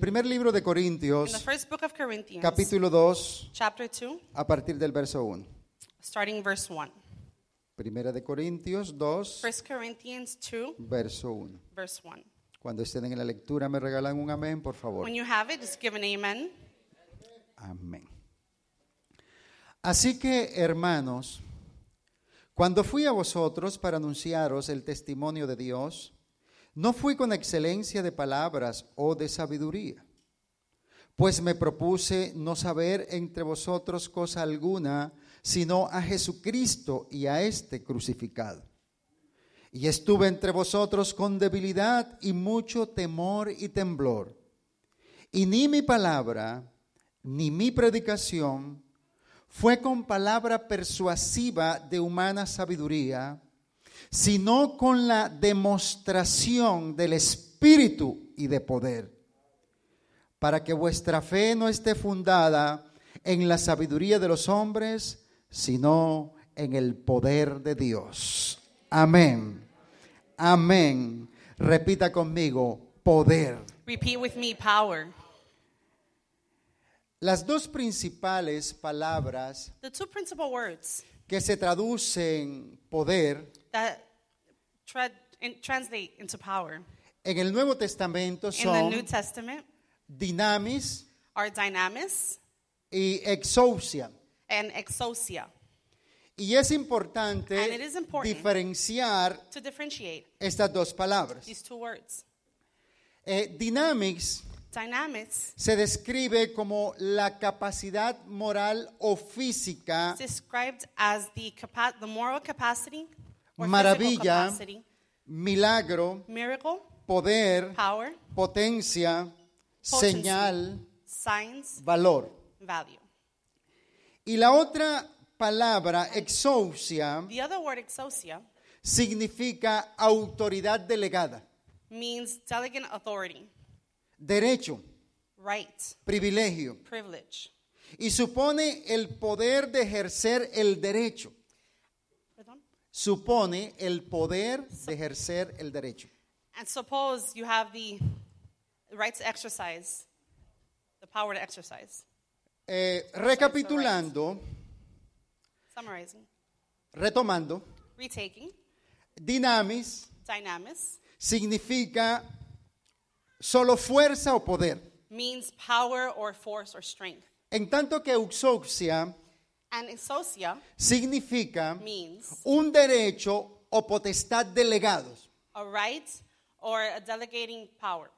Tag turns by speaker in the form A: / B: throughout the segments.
A: Primer libro de
B: In the
A: Corintios,
B: first book of Corinthians,
A: capítulo 2,
B: chapter 2,
A: a partir del verso 1.
B: starting verse 1.
A: Primera de Corintios 2,
B: 1 Corinthians 2,
A: verso 1.
B: verse 1.
A: Cuando estén en la lectura, me regalan un amén, por favor.
B: When you have it, just give an amen.
A: Amén. Así que, hermanos, cuando fui a vosotros para anunciaros el testimonio de Dios, no fui con excelencia de palabras o de sabiduría, pues me propuse no saber entre vosotros cosa alguna, sino a Jesucristo y a este crucificado. Y estuve entre vosotros con debilidad y mucho temor y temblor. Y ni mi palabra, ni mi predicación fue con palabra persuasiva de humana sabiduría, sino con la demostración del Espíritu y de poder, para que vuestra fe no esté fundada en la sabiduría de los hombres, sino en el poder de Dios. Amén. Amén. Repita conmigo, poder.
B: Repeat with me power.
A: Las dos principales palabras
B: The two principal words
A: que se traducen poder
B: that tra- in- translate into power
A: en el Nuevo Testamento
B: in the New
A: son
B: Testament
A: dinamis
B: are dynamis
A: y exousia.
B: and exousia
A: Y es importante
B: And it is important.
A: diferenciar
B: to differentiate
A: estas dos palabras.
B: these two words.
A: Eh, dynamics
B: Dynamis
A: se describe como la capacidad moral o física
B: is described as the, capa- the moral capacity or
A: Maravilla.
B: physical capacity,
A: milagro,
B: miracle,
A: poder,
B: power,
A: potencia,
B: potency,
A: señal,
B: signs,
A: valor.
B: value.
A: Y la otra palabra, exousia,
B: The other word, exousia,
A: significa autoridad delegada,
B: means delegate authority,
A: derecho,
B: right,
A: privilegio,
B: privilege.
A: y supone el poder de ejercer el derecho.
B: Perdón?
A: Supone el poder de ejercer el derecho.
B: And suppose you have the right to exercise, the power to exercise.
A: Eh, recapitulando,
B: Summarizing,
A: retomando,
B: retaking,
A: dinamis
B: dynamis
A: significa solo fuerza o poder,
B: means power or force or strength.
A: en tanto que euxoxia
B: And exousia
A: significa
B: means
A: un derecho o potestad delegados.
B: a right or a delegating power.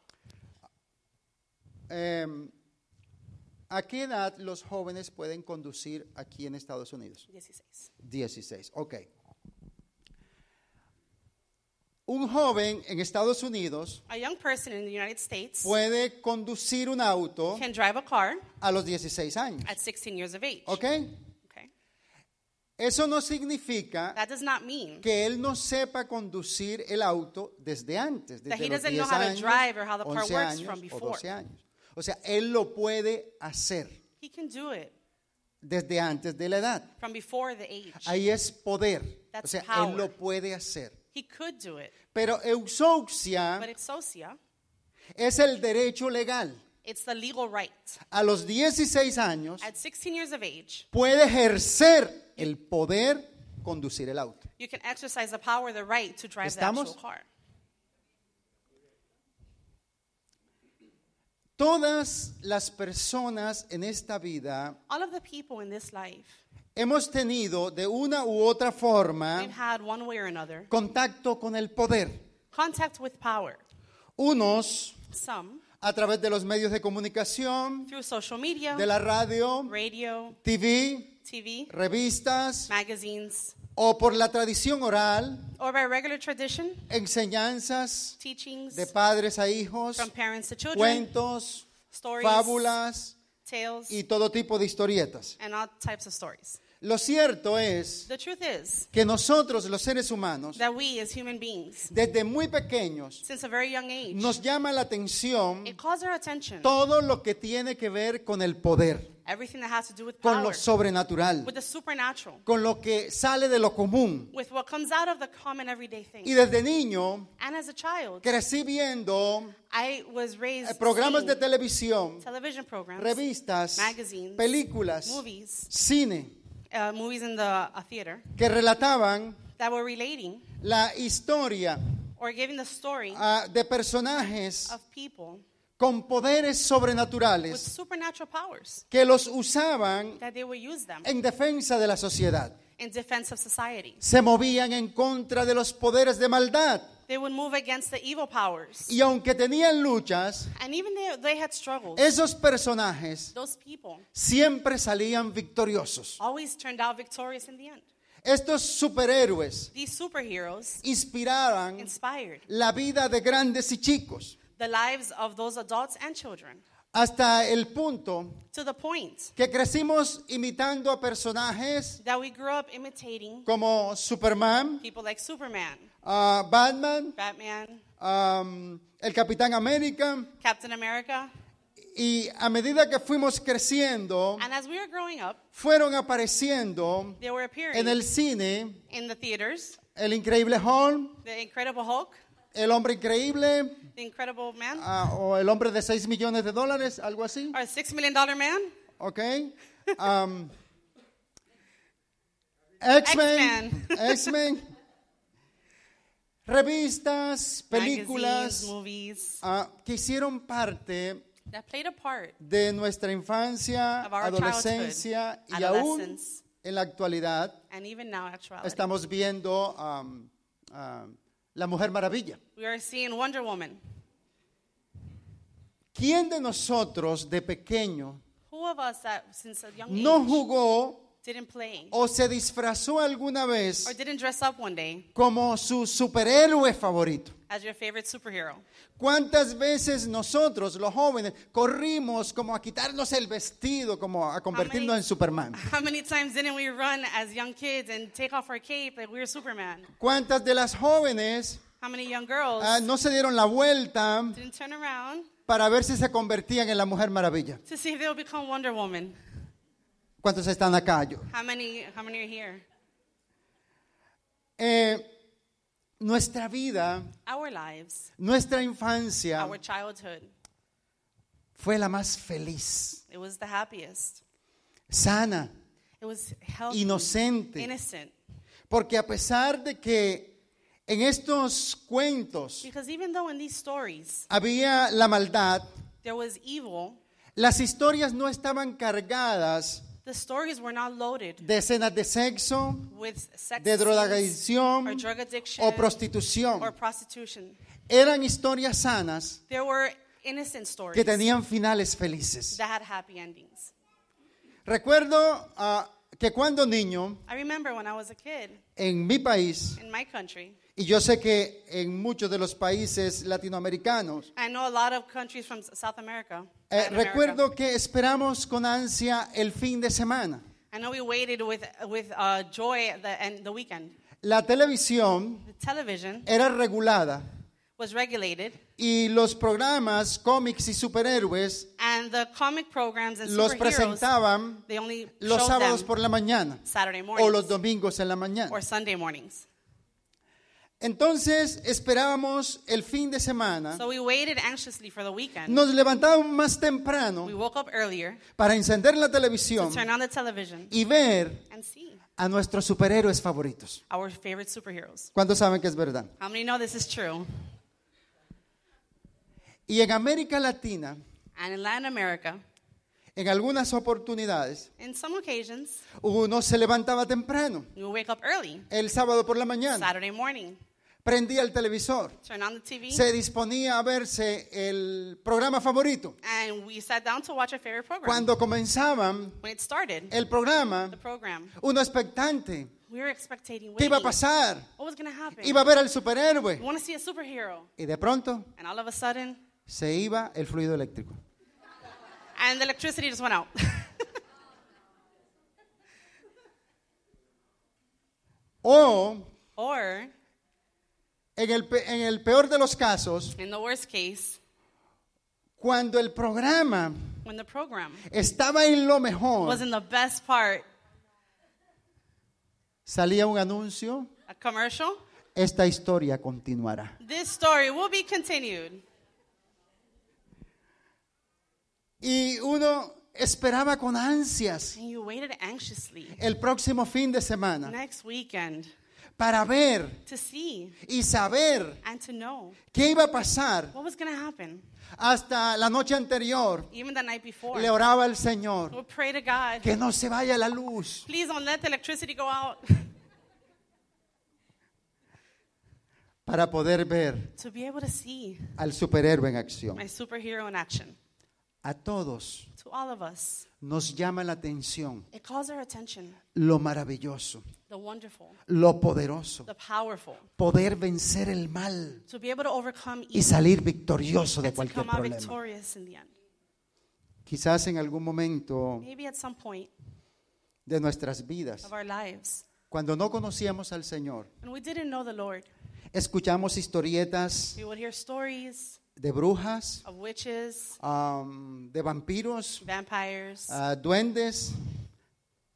A: Eh, ¿A qué edad los jóvenes pueden conducir aquí en Estados Unidos?
B: 16.
A: 16, ok. Un joven en Estados Unidos
B: A young person in the United States
A: puede conducir un auto
B: can drive a car
A: a los 16 años,
B: at 16 years of age.
A: ok.
B: Okay.
A: Eso no significa
B: That does not mean
A: que él no sepa conducir el auto desde antes,
B: That
A: desde
B: he
A: los
B: doesn't
A: 10
B: know how to
A: años,
B: drive or how the car
A: 11
B: works
A: años
B: from
A: o
B: before.
A: 12 años. O sea, él lo puede hacer
B: he can do it
A: desde antes de la edad.
B: from before the age.
A: Ahí es poder.
B: That's
A: o sea, él
B: power.
A: lo puede hacer.
B: he could do it.
A: Pero euxoxia
B: But exousia,
A: es el derecho legal.
B: it's the legal right.
A: A los 16 años
B: At 16 years of age,
A: puede ejercer el poder conducir el auto.
B: you can exercise the power, the right to drive the actual
A: ¿Estamos?
B: car.
A: Todas las personas en esta vida
B: All of the people in this life,
A: hemos tenido de una u otra
B: they've
A: forma
B: had one way or another
A: contacto con el poder.
B: contact with power.
A: Unos
B: Some
A: a través de los medios de comunicación,
B: through social media,
A: de la radio,
B: radio,
A: TV,
B: TV,
A: revistas
B: magazines,
A: o por la tradición oral.
B: or by regular tradition,
A: enseñanzas
B: teachings
A: de padres a hijos,
B: from parents to children,
A: cuentos,
B: stories,
A: fábulas
B: tales,
A: y todo tipo de historietas.
B: and all types of stories.
A: Lo cierto es
B: The truth is
A: que nosotros los seres humanos,
B: that we as human beings,
A: desde muy pequeños,
B: since a very young age,
A: nos llama la atención
B: it calls our attention
A: todo lo que tiene que ver con el poder.
B: Everything that has to do with
A: con
B: power,
A: lo sobrenatural,
B: with the supernatural,
A: con lo que sale de lo común.
B: with what comes out of the common everyday
A: Y
B: thing.
A: desde niño
B: And as a child,
A: crecí viendo
B: I was
A: eh,
B: raised
A: programas de
B: seeing
A: televisión,
B: television programs,
A: revistas,
B: magazines,
A: películas,
B: movies,
A: cine,
B: uh, movies in the uh, theater
A: que relataban
B: that were relating
A: la historia
B: or giving the story
A: ah, de personajes
B: of people
A: con poderes
B: with
A: sobrenaturales
B: supernatural powers
A: que los usaban
B: that they would use them
A: en defensa de la sociedad.
B: in defense of society.
A: Se movían en contra de los poderes de maldad.
B: They would move against the evil powers.
A: Y aunque tenían luchas,
B: And even they, they had struggles.
A: esos personajes
B: Those people
A: siempre salían victoriosos.
B: always turned out victorious in the end.
A: Estos superhéroes
B: These superheroes
A: inspiraban
B: inspired
A: la vida de grandes y chicos
B: the lives of those adults and children
A: hasta el punto
B: to the point
A: que crecimos imitando a personajes
B: that we grew up imitating
A: como Superman,
B: people like Superman,
A: ah, Batman,
B: Batman,
A: am, el Capitán América.
B: Captain America.
A: Y a medida que fuimos creciendo,
B: And as we were growing up,
A: fueron apareciendo
B: they were appearing
A: en el cine
B: in the theaters
A: El Increíble Hulk,
B: the Incredible Hulk,
A: El Hombre Increíble,
B: the Incredible Man,
A: ah, o El Hombre de 6 millones de dólares, algo así.
B: or Six Million Dollar Man,
A: ¿Ok? Am, X-Men. X-Men. Revistas, películas
B: magazines, movies
A: ah, que hicieron parte
B: that played a part
A: de nuestra infancia,
B: Of our
A: adolescencia y
B: childhood,
A: aún
B: adolescence.
A: en la actualidad
B: and even now actuality.
A: estamos viendo um, um, La Mujer Maravilla.
B: We are seeing Wonder Woman.
A: ¿Quién de nosotros de pequeño
B: Who of us that since a young
A: no
B: age
A: jugó
B: didn't play
A: o se disfrazó alguna vez
B: or didn't dress up one day
A: como su superhéroe favorito?
B: as your favorite superhero?
A: ¿Cuántas veces nosotros, los jóvenes, corrimos como a quitarnos el vestido, como a convertirnos en Superman?
B: How many times didn't we run as young kids and take off our cape like we were Superman?
A: ¿Cuántas de las jóvenes
B: How many young girls
A: ah, no se dieron la vuelta
B: didn't turn around
A: para ver si se convertían en la Mujer Maravilla.
B: to see if they'll become Wonder Woman?
A: ¿Cuántos están acá? Yo?
B: How many? How many are here?
A: Eh, nuestra vida,
B: Our lives,
A: nuestra infancia
B: our childhood,
A: fue la más feliz,
B: it was the happiest.
A: sana,
B: It was healthy,
A: inocente.
B: innocent.
A: Porque a pesar de que en estos cuentos
B: Because even though in these stories
A: había la maldad,
B: there was evil,
A: las historias no estaban cargadas
B: the stories were not loaded
A: de escenas de sexo,
B: with sex
A: de
B: scenes
A: drogadicción
B: or drug addiction
A: o
B: or
A: prostitución.
B: prostitution.
A: Eran historias sanas
B: There were innocent stories
A: que tenían finales felices.
B: that had happy endings.
A: Recuerdo ah, que cuando niño,
B: I remember when I was a kid
A: en mi país,
B: in my country,
A: y yo sé que en muchos de los países latinoamericanos,
B: I know a lot of countries from S- South America.
A: eh,
B: Latin America.
A: recuerdo que esperamos con ansia el fin de semana.
B: I know we waited with, with uh, joy the, end, the weekend.
A: La televisión
B: The television
A: era regulada
B: was regulated,
A: y los programas, cómics y superhéroes
B: and the comic programs and
A: los
B: superheroes,
A: presentaban
B: they only
A: los
B: showed
A: sábados
B: them
A: por la mañana
B: Saturday mornings
A: o los domingos en la mañana.
B: or Sunday mornings.
A: Entonces esperábamos el fin de semana,
B: So we waited anxiously for the weekend.
A: nos levantábamos más temprano
B: We woke up earlier
A: para encender la
B: to
A: televisión
B: turn on the television
A: y ver
B: and see
A: a nuestros superhéroes favoritos.
B: our favorite superheroes.
A: ¿Cuántos saben que es verdad?
B: How many know this is true?
A: Y en América Latina,
B: And in Latin America,
A: en algunas oportunidades,
B: in some occasions,
A: uno se levantaba temprano,
B: we would wake up early,
A: el sábado por la mañana,
B: Saturday morning,
A: prendía el televisor,
B: turn on the TV,
A: se disponía a verse el programa favorito.
B: and we sat down to watch our favorite program.
A: Cuando Eh, comenzaban
B: When it started,
A: el programa,
B: the program,
A: uno expectante,
B: we were expecting,
A: ¿qué
B: waiting,
A: iba a pasar?
B: what was going to happen?
A: Iba a ver al
B: We
A: superhéroe.
B: want to see a superhero.
A: Y de pronto
B: And all of a sudden,
A: se iba el fluido eléctrico.
B: and the electricity just went out.
A: O
B: or,
A: en el, pe- en el peor de los casos,
B: in the worst case,
A: cuando el programa
B: when the program
A: estaba en lo mejor.
B: was in the best part.
A: Salía un anuncio,
B: A commercial.
A: esta historia continuará.
B: This story will be continued.
A: Y uno esperaba con ansias
B: And you waited anxiously
A: el próximo fin de semana
B: next weekend
A: para ver
B: to see
A: y saber
B: and to know
A: qué iba a pasar.
B: what was going to happen.
A: Hasta la noche anterior
B: Even the night before,
A: le oraba al Señor
B: we'll pray to God,
A: que no se vaya la luz.
B: please don't let the electricity go out
A: para poder ver
B: to be able to see
A: al superhéroe en acción.
B: my superhero in action.
A: A todos
B: To all of us,
A: nos llama la atención
B: it calls our attention
A: lo maravilloso,
B: the wonderful,
A: lo poderoso,
B: the powerful,
A: poder vencer el mal
B: to be able to overcome
A: y
B: evil
A: salir victorioso de
B: and to
A: cualquier
B: come out
A: problema.
B: victorious in the end.
A: Quizás en algún momento
B: Maybe at some point
A: de nuestras vidas,
B: of our lives,
A: cuando no conocíamos al Señor,
B: when we didn't know the Lord,
A: escuchamos historietas
B: we would hear stories
A: de brujas,
B: of witches,
A: am, de vampiros,
B: vampires,
A: ah, duendes,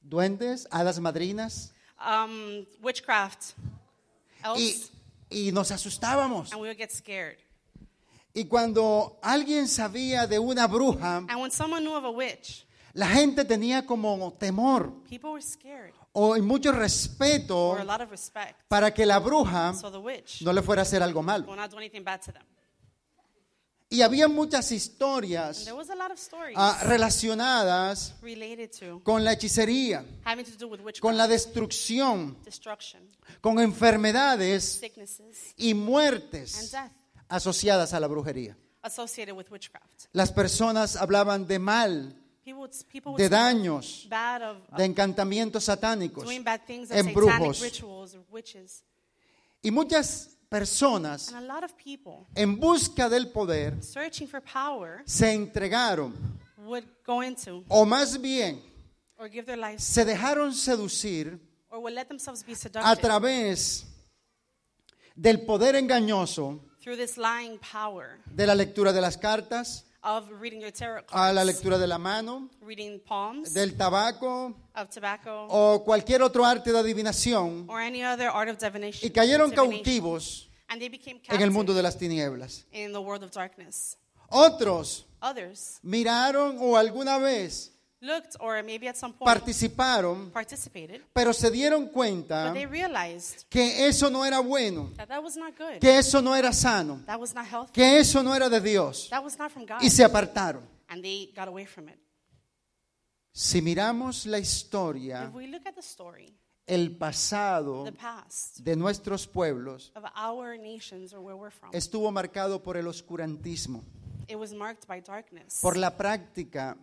A: duendes, hadas madrinas,
B: um, witchcraft,
A: y,
B: elves,
A: y nos asustábamos.
B: and we would get scared.
A: Y cuando alguien sabía de una bruja,
B: And when someone knew of a witch,
A: la gente tenía como temor
B: people were scared
A: o mucho
B: or
A: respeto
B: a lot of respect.
A: para que la bruja
B: So the witch
A: no le fuera a hacer algo malo.
B: will not do anything bad to them.
A: Y había muchas
B: And
A: historias
B: there was a lot of stories
A: ah, relacionadas
B: related to
A: con la hechicería,
B: having to do with
A: con
B: witchcraft,
A: la destrucción,
B: destruction,
A: con enfermedades
B: sicknesses,
A: y
B: and
A: muertes
B: death
A: asociadas a la brujería.
B: associated with witchcraft.
A: Las personas hablaban de mal,
B: People would, people would
A: de
B: speak
A: daños,
B: bad of, of
A: de encantamientos satánicos,
B: doing bad things, of satanic
A: embrujos.
B: rituals or witches.
A: Y muchas personas
B: And a lot of people
A: en busca del poder
B: searching for power
A: se entregaron
B: would go into
A: o más bien
B: or give their lives
A: se dejaron seducir
B: or would let themselves be
A: a
B: seduced
A: través del poder engañoso
B: through this lying power
A: de la lectura de las cartas,
B: of reading your tarot
A: a la
B: cards,
A: lectura de la mano,
B: reading palms
A: del tabaco
B: of tobacco,
A: o cualquier otro arte de adivinación
B: or any other art of divination.
A: y cayeron
B: divination.
A: cautivos
B: And they became
A: en el mundo
B: captive
A: de las tinieblas.
B: in the world of darkness.
A: Otros
B: Others
A: miraron o alguna vez
B: looked or maybe at some point
A: participaron,
B: participated,
A: pero se dieron
B: but
A: cuenta
B: they realized
A: que eso no era bueno,
B: that that was not good.
A: que eso no era sano,
B: That was not healthy.
A: que eso no era de Dios
B: That was not from God.
A: y se apartaron.
B: And they got away from it.
A: Si miramos la historia,
B: If we look at the story,
A: el pasado
B: the past
A: de nuestros pueblos
B: of our nations or where we're from,
A: estuvo marcado por el oscurantismo,
B: it was marked by darkness,
A: por la práctica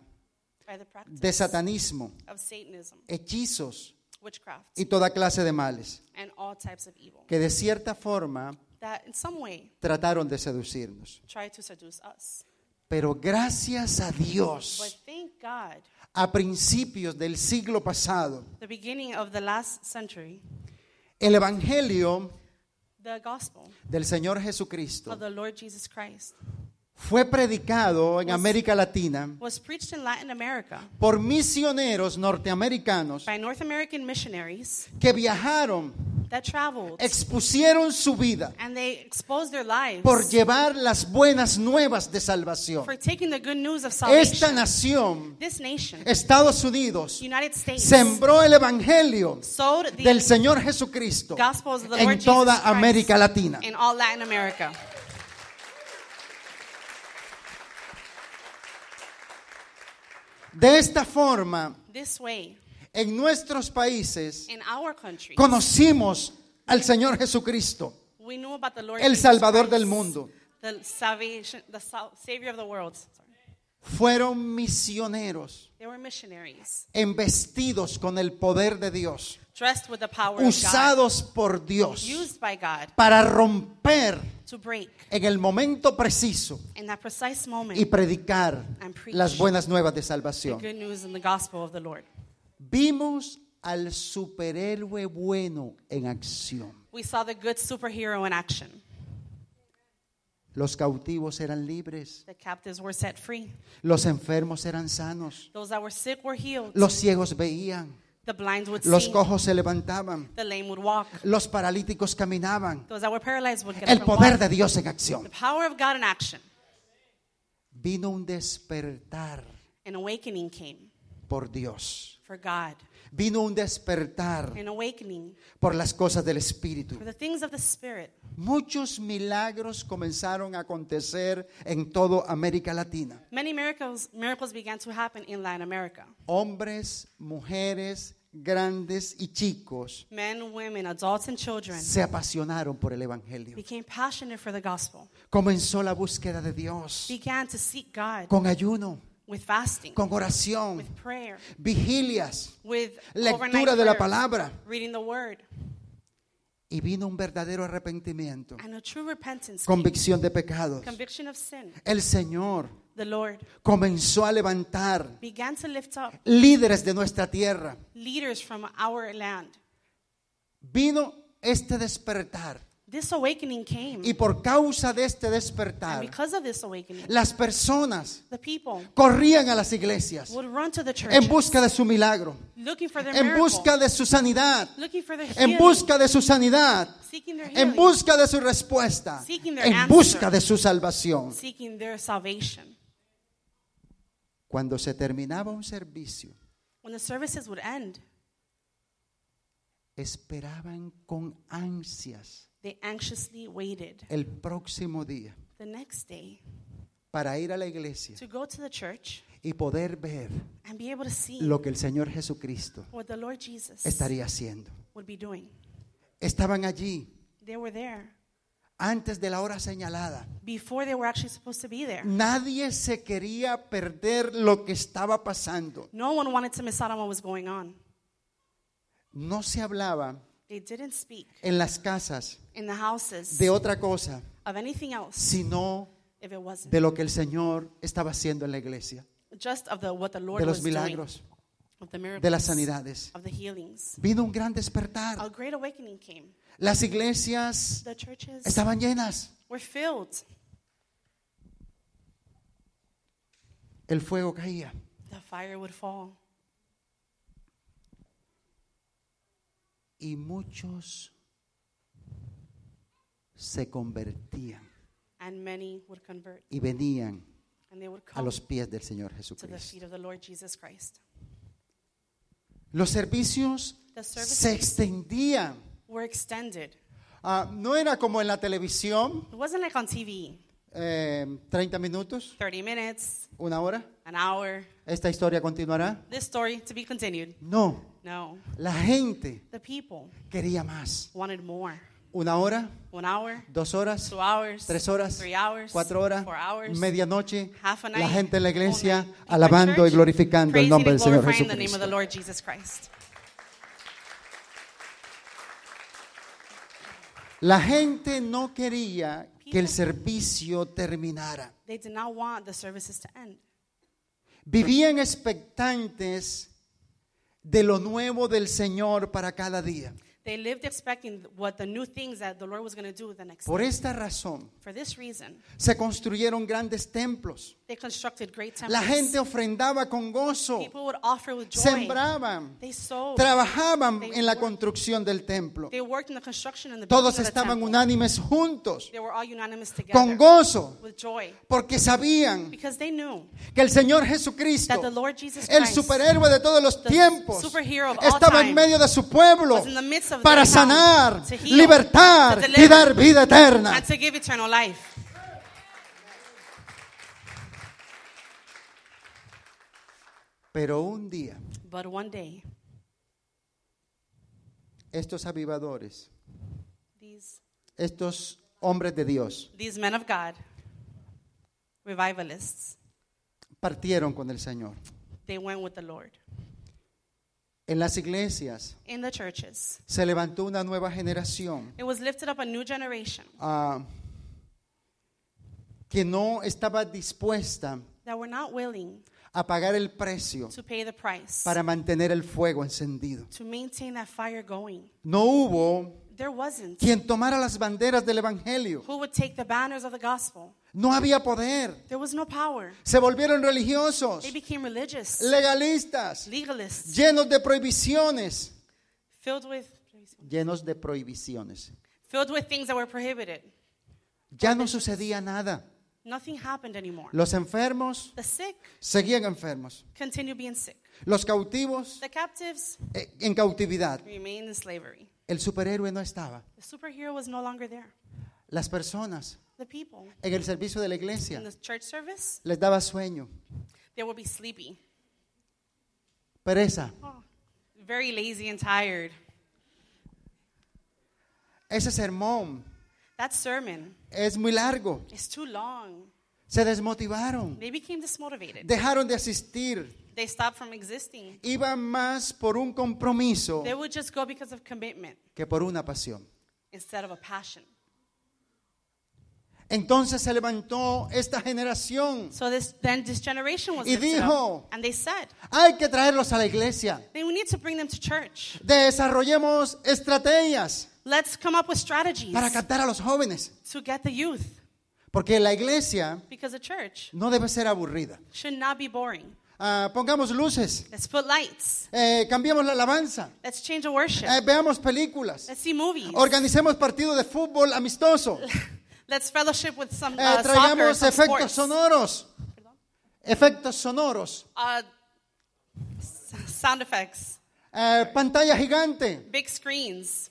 B: by the practice
A: de satanismo,
B: of Satanism,
A: hechizos
B: witchcraft,
A: y toda clase de males
B: and all types of evil
A: que de cierta forma
B: that in some way
A: trataron de seducirnos.
B: try to seduce us.
A: Pero gracias a
B: But
A: Dios,
B: thank God,
A: a principios del siglo pasado,
B: the beginning of the last century,
A: el Evangelio
B: the gospel
A: del Señor Jesucristo
B: of the Lord Jesus Christ
A: fue predicado en
B: Was-
A: América Latina
B: was preached in Latin America
A: por misioneros norteamericanos
B: by North American missionaries
A: que viajaron,
B: that traveled
A: expusieron su vida
B: and they exposed their lives
A: por llevar las buenas nuevas de salvación.
B: for taking the good news of
A: Esta
B: salvation.
A: nación,
B: This nation,
A: Estados Unidos,
B: United States,
A: sembró el Evangelio
B: sowed
A: del
B: the
A: Señor Jesucristo
B: gospels of the Lord
A: en toda
B: Jesus Christ
A: América Latina.
B: in all Latin America.
A: De esta forma,
B: This way,
A: en nuestros países
B: in our country,
A: conocimos al Señor Jesucristo.
B: we knew about the Lord
A: El
B: Jesus
A: Salvador
B: Christ,
A: del mundo.
B: the salvation, the sal- savior of the world. Sorry.
A: Fueron misioneros
B: They were missionaries,
A: embestidos con el poder de Dios,
B: dressed with the power of
A: usados por
B: God,
A: Dios
B: used by God
A: para romper
B: to break
A: en el momento preciso
B: in that precise moment
A: y predicar
B: And preach.
A: las buenas nuevas de
B: the
A: salvación.
B: good news and the gospel of the Lord.
A: Vimos al superhéroe bueno en acción.
B: We saw the good superhero in action.
A: Los cautivos eran libres.
B: The captives were set free.
A: Los enfermos eran sanos.
B: Those that were sick were healed.
A: Los ciegos veían.
B: The blind would
A: Los
B: see.
A: cojos se levantaban.
B: The lame would walk.
A: Los paralíticos caminaban.
B: Those that were paralyzed would get
A: El
B: up and
A: poder
B: walk.
A: de Dios en
B: The
A: acción.
B: power of God in action.
A: Vino un despertar
B: An awakening came
A: por Dios.
B: for God.
A: Vino un despertar
B: An awakening
A: por las cosas del Espíritu.
B: for the things of the Spirit.
A: Muchos milagros comenzaron a acontecer en toda América Latina.
B: Many miracles, miracles began to happen in Latin America.
A: Hombres, mujeres, grandes y chicos
B: Men, women, adults, and children
A: se apasionaron por el Evangelio.
B: became passionate for the gospel,
A: Comenzó la búsqueda de Dios
B: began to seek God
A: con ayuno,
B: with fasting,
A: con oración,
B: with prayer,
A: vigilias,
B: with overnight
A: lectura de la
B: prayer,
A: palabra.
B: reading the word,
A: Y vino un verdadero arrepentimiento,
B: and a true repentance, came.
A: convicción de pecados.
B: conviction of sin.
A: El Señor
B: The Lord
A: comenzó a levantar
B: began to lift up
A: líderes de nuestra tierra.
B: leaders from our land.
A: Vino este despertar.
B: This awakening came,
A: Y por causa de este
B: and
A: despertar,
B: because of this awakening,
A: las personas
B: the people
A: corrían a las iglesias
B: would run to the church
A: en busca de su milagro,
B: looking for their
A: en
B: miracle,
A: busca de su sanidad,
B: looking for their
A: en
B: healing,
A: busca de su sanidad,
B: seeking their healing,
A: en busca de su respuesta,
B: Seeking their
A: en
B: answer.
A: busca de su salvación.
B: seeking their salvation.
A: Cuando se terminaba un servicio,
B: When the services would end,
A: esperaban con ansias
B: they anxiously waited
A: el próximo día
B: the next day
A: para ir a la iglesia
B: to go to the church
A: y poder ver
B: and be able to see
A: lo que el Señor Jesucristo
B: what the Lord Jesus
A: estaría haciendo.
B: would be doing.
A: Estaban allí
B: They were there
A: antes de la hora señalada.
B: before they were actually supposed to be
A: Mm.
B: there.
A: Nadie se quería perder lo que estaba pasando.
B: No one wanted to miss out on what was going on.
A: No se hablaba
B: They didn't speak
A: en las casas
B: in the houses
A: de otra cosa,
B: of anything else
A: sino
B: if it wasn't
A: de lo que el Señor estaba haciendo en la iglesia,
B: just of the what the Lord
A: de los
B: was doing,
A: milagros,
B: of the miracles,
A: de las sanidades.
B: of the healings.
A: Vino un gran
B: A
A: despertar.
B: great awakening came.
A: Las iglesias
B: The churches
A: estaban llenas.
B: were filled.
A: El fuego caía.
B: The fire would fall,
A: Y muchos se convertían
B: and many would convert,
A: y venían
B: and they would
A: a
B: come
A: los pies del Señor
B: to the
A: Jesucristo.
B: feet of the Lord Jesus Christ.
A: Los servicios
B: The
A: se
B: services
A: extendían.
B: were extended.
A: Ah, no era como en la televisión,
B: It wasn't like on TV,
A: eh, 30 minutos,
B: 30 minutes,
A: una hora,
B: an hour,
A: esta historia continuará.
B: this story to be continued.
A: No,
B: No.
A: la gente
B: The people
A: quería más.
B: wanted more.
A: Una hora,
B: One hour,
A: dos horas,
B: two hours,
A: tres horas,
B: three hours,
A: cuatro horas,
B: four hours,
A: medianoche,
B: half a night.
A: la gente en la iglesia
B: all night. People in
A: alabando y
B: church,
A: glorificando el
B: praising
A: nombre del
B: and
A: Señor
B: glorifying the name of the
A: Jesucristo.
B: Lord Jesus Christ.
A: La gente no quería que el servicio terminara.
B: They did not want the services to end.
A: Vivían expectantes de lo nuevo del Señor para cada día.
B: They lived expecting what the new things that the Lord was going to do the next
A: Por
B: day.
A: esta razón
B: For this reason,
A: se construyeron grandes templos.
B: they constructed great temples.
A: La gente ofrendaba con gozo,
B: People would offer with joy.
A: sembraban,
B: They sowed.
A: trabajaban en la construcción del templo.
B: They worked in the construction and the
A: Todos
B: building of the
A: estaban
B: temple.
A: unánimes juntos,
B: They were all unanimous together.
A: con gozo,
B: With joy.
A: porque sabían
B: Because they knew
A: que el Señor
B: that the
A: Jesucristo,
B: Lord Jesus
A: el
B: Christ
A: superhéroe de todos los
B: the
A: tiempos,
B: superhero of all
A: estaba en
B: time,
A: medio de su pueblo
B: was in the midst of
A: para
B: their town
A: sanar,
B: to heal,
A: libertar
B: to
A: y
B: deliver,
A: dar vida eterna.
B: and to give eternal life.
A: Pero un día,
B: But one day,
A: estos avivadores,
B: these
A: estos hombres de Dios,
B: these men of God, revivalists,
A: partieron con el Señor.
B: they went with the Lord.
A: En las iglesias
B: In the churches,
A: se levantó una nueva generación
B: it was lifted up a new generation
A: ah, que no estaba dispuesta
B: that were not willing
A: a pagar el precio
B: to pay the price
A: para mantener el fuego encendido.
B: to maintain that fire going.
A: No hubo
B: There wasn't.
A: quien tomara las banderas del Evangelio.
B: Who would take the banners of the gospel?
A: No había poder.
B: There was no power.
A: Se volvieron religiosos,
B: They became religious,
A: legalistas,
B: legalists,
A: llenos de prohibiciones.
B: filled with
A: Llenos de prohibiciones.
B: filled with things that were prohibited.
A: Ya no sucedía nada.
B: Nothing happened anymore.
A: Los enfermos
B: The sick
A: seguían enfermos.
B: continue being sick.
A: Los cautivos
B: The captives
A: eh, en cautividad.
B: remained in slavery.
A: El superhéroe no estaba.
B: The superhero was no longer there.
A: Las personas
B: The people
A: en el servicio de la
B: in
A: iglesia
B: the church service,
A: les daba sueño,
B: they would be sleepy,
A: pereza.
B: oh, very lazy and tired.
A: Ese sermón
B: That sermon
A: es muy largo.
B: is too long.
A: Se desmotivaron.
B: They became dismotivated.
A: Dejaron de asistir.
B: They stopped from existing.
A: Iban más por un compromiso
B: They would just go because of commitment
A: que por una pasión.
B: instead of a passion.
A: Entonces se levantó esta generación.
B: So this then this generation was
A: Y
B: lifted up,
A: dijo-
B: and they said,
A: Hay que traerlos a la iglesia.
B: "Then we need to bring them to church.
A: Desarrollemos estrategias
B: Let's come up with strategies
A: para captar a los jóvenes.
B: to get the youth
A: Porque la iglesia
B: because the church
A: no debe ser aburrida.
B: should not be boring.
A: Ah, pongamos luces.
B: Let's put lights.
A: Eh, cambiemos la alabanza.
B: Let's change the worship.
A: Eh, veamos películas.
B: Let's see movies.
A: Organicemos partido de fútbol amistoso.
B: Let's fellowship with some
A: Eh,
B: uh, soccer, or
A: traigamos
B: some
A: efectos
B: sports.
A: sonoros. Efectos sonoros.
B: Uh, s- sound effects,
A: Eh, pantalla gigante.
B: big screens.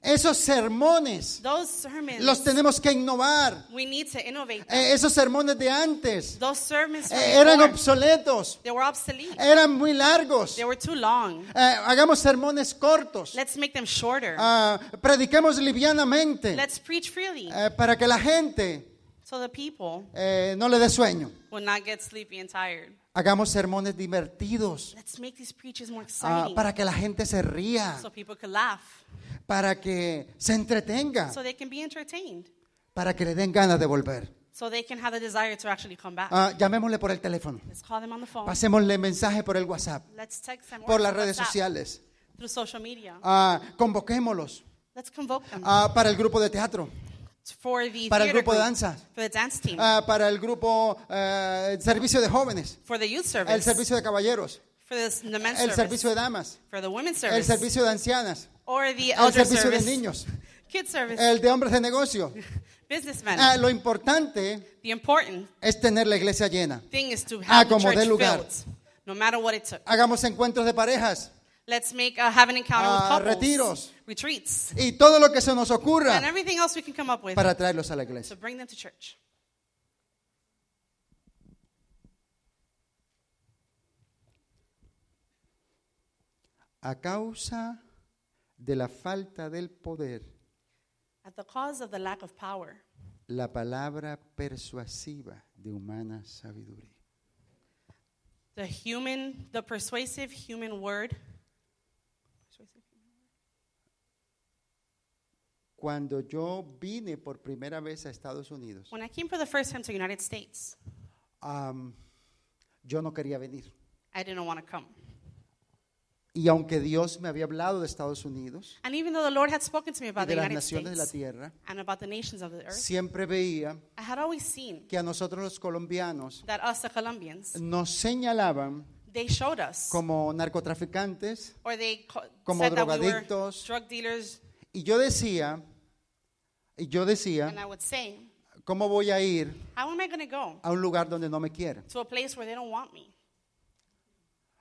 A: Esos sermones
B: Those sermons
A: los tenemos que innovar.
B: we need to innovate.
A: Eh, esos sermones de antes
B: Those sermons from
A: eh, eran
B: before,
A: obsoletos,
B: they were obsolete.
A: eran muy largos.
B: They were too long.
A: Eh, hagamos sermones cortos.
B: Let's make them shorter.
A: Ah, prediquemos livianamente
B: Let's preach freely
A: eh, para que la gente
B: so the people
A: eh, no le dé sueño.
B: will not get sleepy and tired.
A: Hagamos sermones divertidos
B: Let's make these preaches more
A: ah,
B: exciting
A: para que la gente se ría,
B: so people could laugh,
A: para que se entretenga,
B: so they can be entertained,
A: para que le den ganas de volver.
B: so they can have the desire to actually come back.
A: Ah, llamémosle por el teléfono,
B: Let's call them on the phone.
A: pasémosle mensaje por el WhatsApp,
B: Let's text them or
A: por las
B: through
A: redes
B: WhatsApp,
A: sociales.
B: through social media.
A: Ah, convoquémoslos
B: Let's convoke them
A: ah, para el grupo de teatro,
B: for the
A: para el
B: theater
A: grupo de
B: group,
A: danza.
B: for the dance team,
A: ah, para el grupo eh, el servicio de jóvenes,
B: for the
A: el
B: youth service,
A: servicio de caballeros,
B: for this, the men's
A: el
B: service,
A: servicio de damas,
B: for the women's
A: el
B: service,
A: servicio de ancianas,
B: or the
A: el
B: elder
A: servicio de
B: service,
A: niños,
B: kids service,
A: el de hombres de negocio.
B: businessmen.
A: Ah, lo importante
B: the important
A: es tener la iglesia llena.
B: thing is to
A: Ah,
B: have the
A: como
B: church
A: dé lugar.
B: filled, no matter what it took.
A: Hagamos encuentros de parejas
B: Let's make uh, have an encounter
A: Ah,
B: with couples,
A: retiros.
B: retreats,
A: y todo lo que se nos
B: and
A: ocurra
B: everything else we can come up with
A: para traerlos a la iglesia.
B: to bring them to church.
A: A causa de la falta del poder,
B: At the cause of the lack of power,
A: la palabra persuasiva de humana sabiduría.
B: the human, the persuasive human word.
A: Cuando yo vine por primera vez a Estados Unidos,
B: When I came for the first time to the United States,
A: am, yo no quería venir.
B: I didn't want to come.
A: Y aunque Dios me había hablado de Estados Unidos
B: And even though the Lord had spoken to me
A: y
B: about
A: de
B: the
A: las
B: United
A: naciones de la
B: States
A: tierra,
B: and about the nations of the earth,
A: siempre veía
B: I had always seen
A: que a nosotros los colombianos
B: that us, the Colombians,
A: nos señalaban
B: they showed us,
A: como narcotraficantes
B: or they co-
A: como
B: said that we were
A: drogadictos.
B: drug dealers,
A: y yo decía, y yo
B: and
A: decía,
B: I would say,
A: ¿cómo voy a ir
B: how am I going to go
A: a un lugar donde no me quieren?
B: to a place where they don't want me?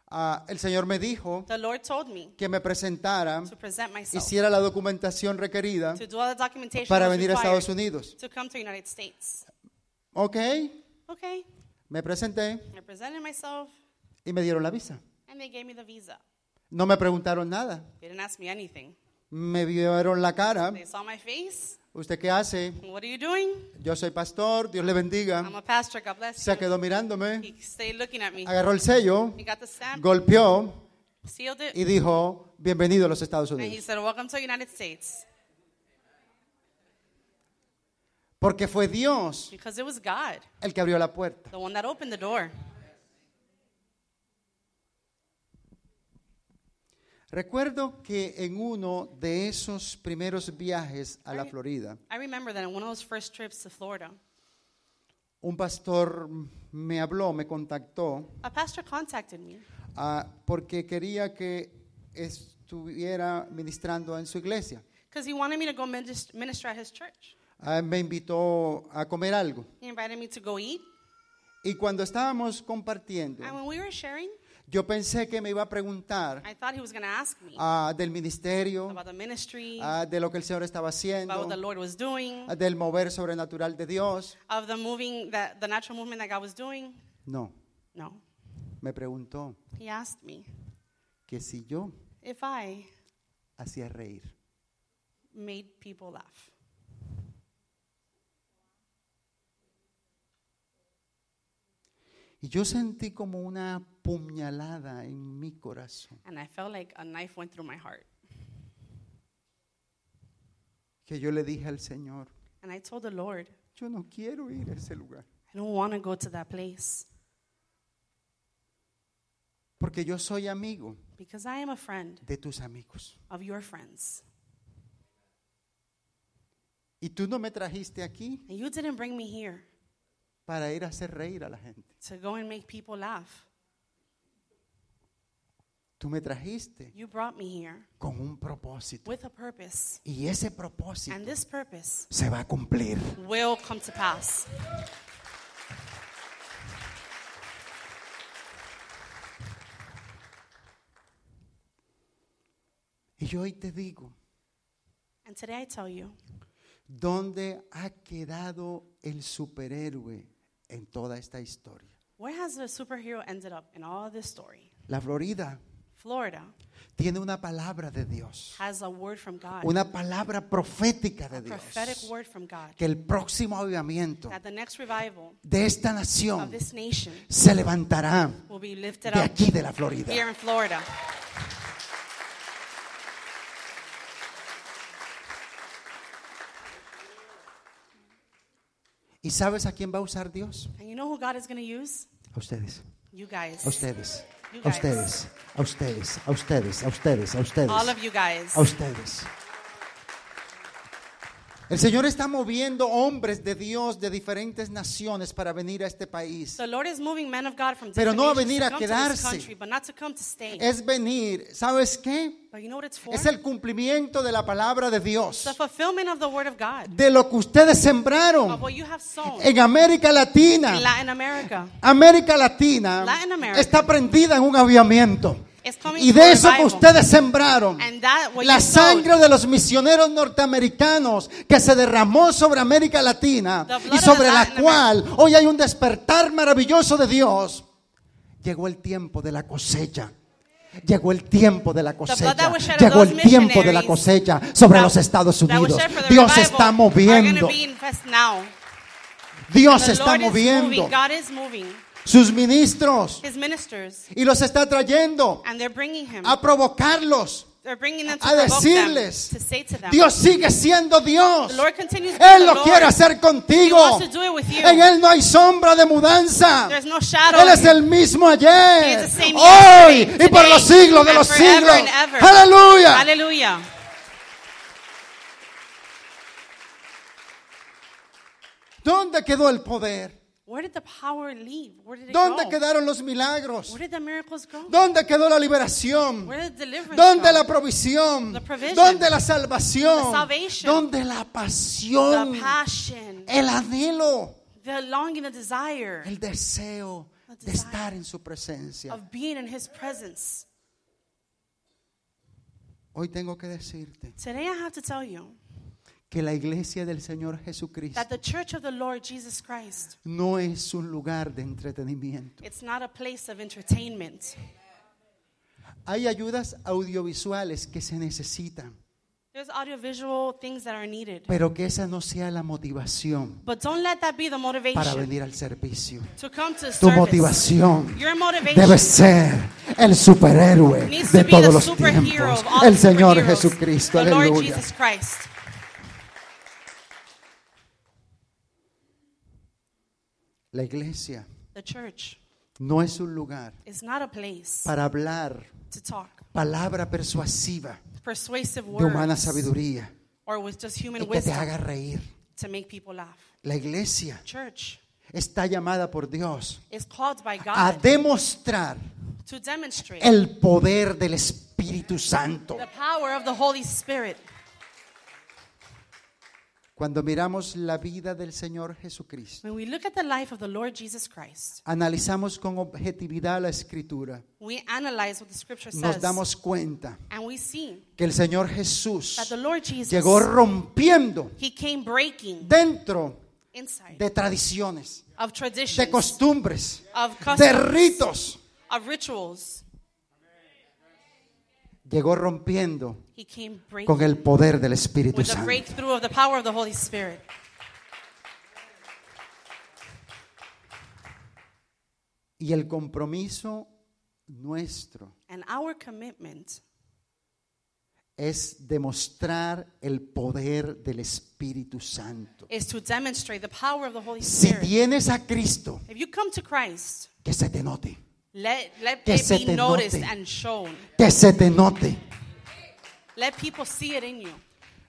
A: Ah, el Señor me dijo
B: The Lord told me
A: que me presentara,
B: to present myself,
A: hiciera la documentación requerida
B: to do all the documentation
A: para
B: that was
A: venir a
B: required
A: Estados Unidos.
B: to come to the United States.
A: Ok,
B: Okay,
A: me presenté
B: I presented myself,
A: y me dieron la visa.
B: and they gave me the visa.
A: No me preguntaron nada.
B: They didn't ask me anything.
A: Me vieron la cara.
B: They saw my face.
A: ¿Usted qué hace?
B: What are you doing?
A: Yo soy pastor, Dios le
B: I'm
A: bendiga.
B: a pastor. God bless
A: Se
B: you.
A: quedó mirándome,
B: He stayed looking at me.
A: agarró el sello,
B: He got the stamp,
A: golpeó
B: sealed it,
A: y dijo, bienvenido a los Estados
B: and he
A: Unidos.
B: said, "Welcome to the United States,"
A: Porque fue Dios
B: because it was God,
A: el que abrió la puerta.
B: the one that opened the door.
A: Recuerdo que en uno de esos primeros viajes a la Florida,
B: I remember that on one of those first trips to Florida,
A: un pastor me habló, me contactó,
B: a pastor contacted me
A: ah, porque quería que estuviera ministrando en su iglesia.
B: because he wanted me to go minis- minister at his church.
A: Ah, me invitó a comer algo.
B: He invited me to go eat.
A: Y cuando estábamos compartiendo,
B: And when we were sharing,
A: yo pensé que me iba a preguntar
B: I thought he was going to ask me
A: ah, del ministerio,
B: about the ministry,
A: ah, de lo que el Señor estaba
B: about
A: haciendo,
B: what the Lord was doing,
A: ah, del mover sobrenatural de Dios.
B: of the moving that the natural movement that God was doing.
A: No,
B: No.
A: me preguntó
B: He asked me
A: que si yo
B: if I
A: hacía reír.
B: made people laugh.
A: Y yo sentí como una puñalada en mi corazón,
B: And I felt like a knife went through my heart.
A: que yo le dije al Señor,
B: And I told the Lord,
A: yo no quiero ir a ese lugar,
B: I don't want to go to that place
A: porque yo soy amigo
B: because I am a friend
A: de tus amigos.
B: of your friends.
A: Y tú no me trajiste aquí
B: And you didn't bring me here
A: para ir a hacer reír a la gente.
B: to go and make people laugh.
A: Tú me trajiste
B: You brought me here
A: con un propósito.
B: with a purpose.
A: Y ese
B: And
A: propósito
B: this purpose
A: se va a cumplir.
B: will come to pass.
A: Y yo hoy te digo,
B: And today I tell you,
A: ¿dónde ha quedado el superhéroe en toda esta historia?
B: where has the superhero ended up in all this story?
A: La Florida
B: Florida
A: tiene una palabra de Dios.
B: has a word from God,
A: una palabra profética de
B: prophetic
A: Dios
B: word from God,
A: que el próximo avivamiento
B: that the next revival
A: de esta
B: of
A: nación
B: this nation
A: se levantará
B: will be lifted
A: de
B: up
A: aquí de la Florida.
B: here in Florida.
A: ¿Y sabes a quién va a usar Dios?
B: And you know who God is going to use?
A: A ustedes,
B: You guys.
A: a ustedes,
B: You
A: a
B: guys.
A: ustedes, a ustedes, a ustedes, a ustedes, a ustedes,
B: All of you guys.
A: a ustedes. El Señor está moviendo hombres de Dios de diferentes naciones para venir a este país.
B: The Lord is moving men of God from
A: Pero
B: different
A: no a
B: nations
A: venir
B: to
A: a
B: come to this
A: quedarse.
B: country, but not to come to stay.
A: Es venir, ¿sabes qué?
B: but you know what it's for?
A: Es el cumplimiento de la palabra de Dios.
B: the fulfillment of the word of God,
A: de lo que ustedes
B: of
A: sembraron
B: what you have sown
A: en América
B: in
A: Latina.
B: Latin America.
A: América Latina
B: Latin America.
A: está prendida en un avivamiento.
B: It's coming
A: Y
B: to
A: de eso que
B: revival.
A: ustedes sembraron,
B: And that what
A: la
B: you sowed,
A: sangre de los misioneros norteamericanos que se derramó sobre América Latina
B: The blood
A: y
B: of
A: sobre la
B: Latin
A: cual hoy hay un despertar maravilloso de Dios, llegó el tiempo de la cosecha. Llegó el tiempo de la cosecha.
B: blood that was shed of
A: Llegó
B: those
A: el tiempo de la
B: missionaries
A: cosecha sobre
B: that-
A: los Estados
B: that was
A: Unidos.
B: shared for the
A: Dios
B: revival,
A: está
B: are
A: moviendo.
B: gonna be invest now.
A: Dios
B: The
A: está
B: Lord is
A: moviendo
B: moving. God is moving
A: sus ministros
B: His ministers,
A: y los está trayendo
B: and they're bringing Him.
A: a provocarlos.
B: they're bringing them to
A: a
B: provoke them,
A: decirles,
B: to say to them,
A: Dios sigue siendo Dios.
B: the Lord continues to be
A: Él
B: the
A: lo
B: Lord.
A: quiere hacer
B: He
A: contigo.
B: wants to do it with you.
A: En Él no hay sombra de mudanza.
B: There's no shadow.
A: Él es el mismo
B: He
A: ayer,
B: is the same
A: hoy
B: yesterday,
A: y por
B: today,
A: los siglos de
B: and
A: los
B: forever
A: siglos.
B: and ever.
A: Aleluya.
B: Hallelujah.
A: ¿Dónde quedó el poder?
B: Where did the power leave? Where did it
A: ¿Dónde
B: go?
A: quedaron los milagros?
B: Where did the miracles go?
A: ¿Dónde quedó la liberación?
B: Where did the deliverance
A: ¿Dónde
B: go?
A: la provisión?
B: The provision.
A: ¿Dónde la salvación?
B: The salvation.
A: ¿Dónde la pasión?
B: the passion,
A: El anhelo,
B: the longing, the desire
A: el deseo
B: The
A: de
B: desire.
A: estar en su presencia.
B: of being in His presence.
A: Hoy tengo que decirte
B: Today I have to tell you
A: que la iglesia del Señor Jesucristo
B: that the church of the Lord Jesus Christ,
A: no es un lugar de entretenimiento.
B: it's not a place of entertainment.
A: Hay ayudas audiovisuales que se necesitan,
B: There's audiovisual things that are needed.
A: pero que esa no sea la motivación
B: But don't let that be
A: para
B: the motivation
A: venir al servicio.
B: to come to
A: Tu
B: service.
A: motivación
B: Your motivation
A: debe ser el superhéroe
B: needs
A: de
B: to be
A: todos
B: the
A: los
B: superhero
A: tiempos,
B: of all
A: el
B: the
A: Señor
B: superheroes,
A: Jesucristo.
B: the Lord
A: Aleluya.
B: Jesus Christ.
A: La iglesia
B: The church
A: No es un lugar
B: It's not a place
A: para hablar
B: to talk
A: palabra persuasiva
B: persuasive
A: de humana
B: words
A: sabiduría
B: or with just
A: y
B: human
A: que te
B: wisdom
A: haga reír.
B: to make people laugh.
A: La iglesia
B: Church
A: está llamada por Dios
B: is called by
A: a
B: God
A: demostrar
B: to demonstrate
A: el poder del Espíritu Santo.
B: the power of the Holy Spirit.
A: Cuando miramos la vida del Señor Jesucristo,
B: When we look at the life of the Lord Jesus Christ,
A: analizamos con objetividad la escritura,
B: we analyze what the scripture
A: nos
B: says
A: damos cuenta
B: and we see
A: que el Señor Jesús
B: that the Lord Jesus
A: llegó rompiendo
B: he came breaking
A: dentro
B: inside
A: de tradiciones,
B: of traditions,
A: de costumbres,
B: of
A: de
B: customs,
A: ritos.
B: of rituals.
A: Llegó rompiendo
B: He came breaking
A: con el poder del Espíritu
B: with the
A: Santo.
B: breakthrough of the power of the Holy Spirit.
A: Y el compromiso nuestro
B: And our commitment
A: es demostrar el poder del Espíritu Santo.
B: is to demonstrate the power of the Holy
A: Si
B: Spirit.
A: tienes a Cristo,
B: If you come to Christ,
A: que se te note,
B: let, let
A: Que se te
B: it be noticed
A: note.
B: and shown.
A: que se te note.
B: Let people see it in you.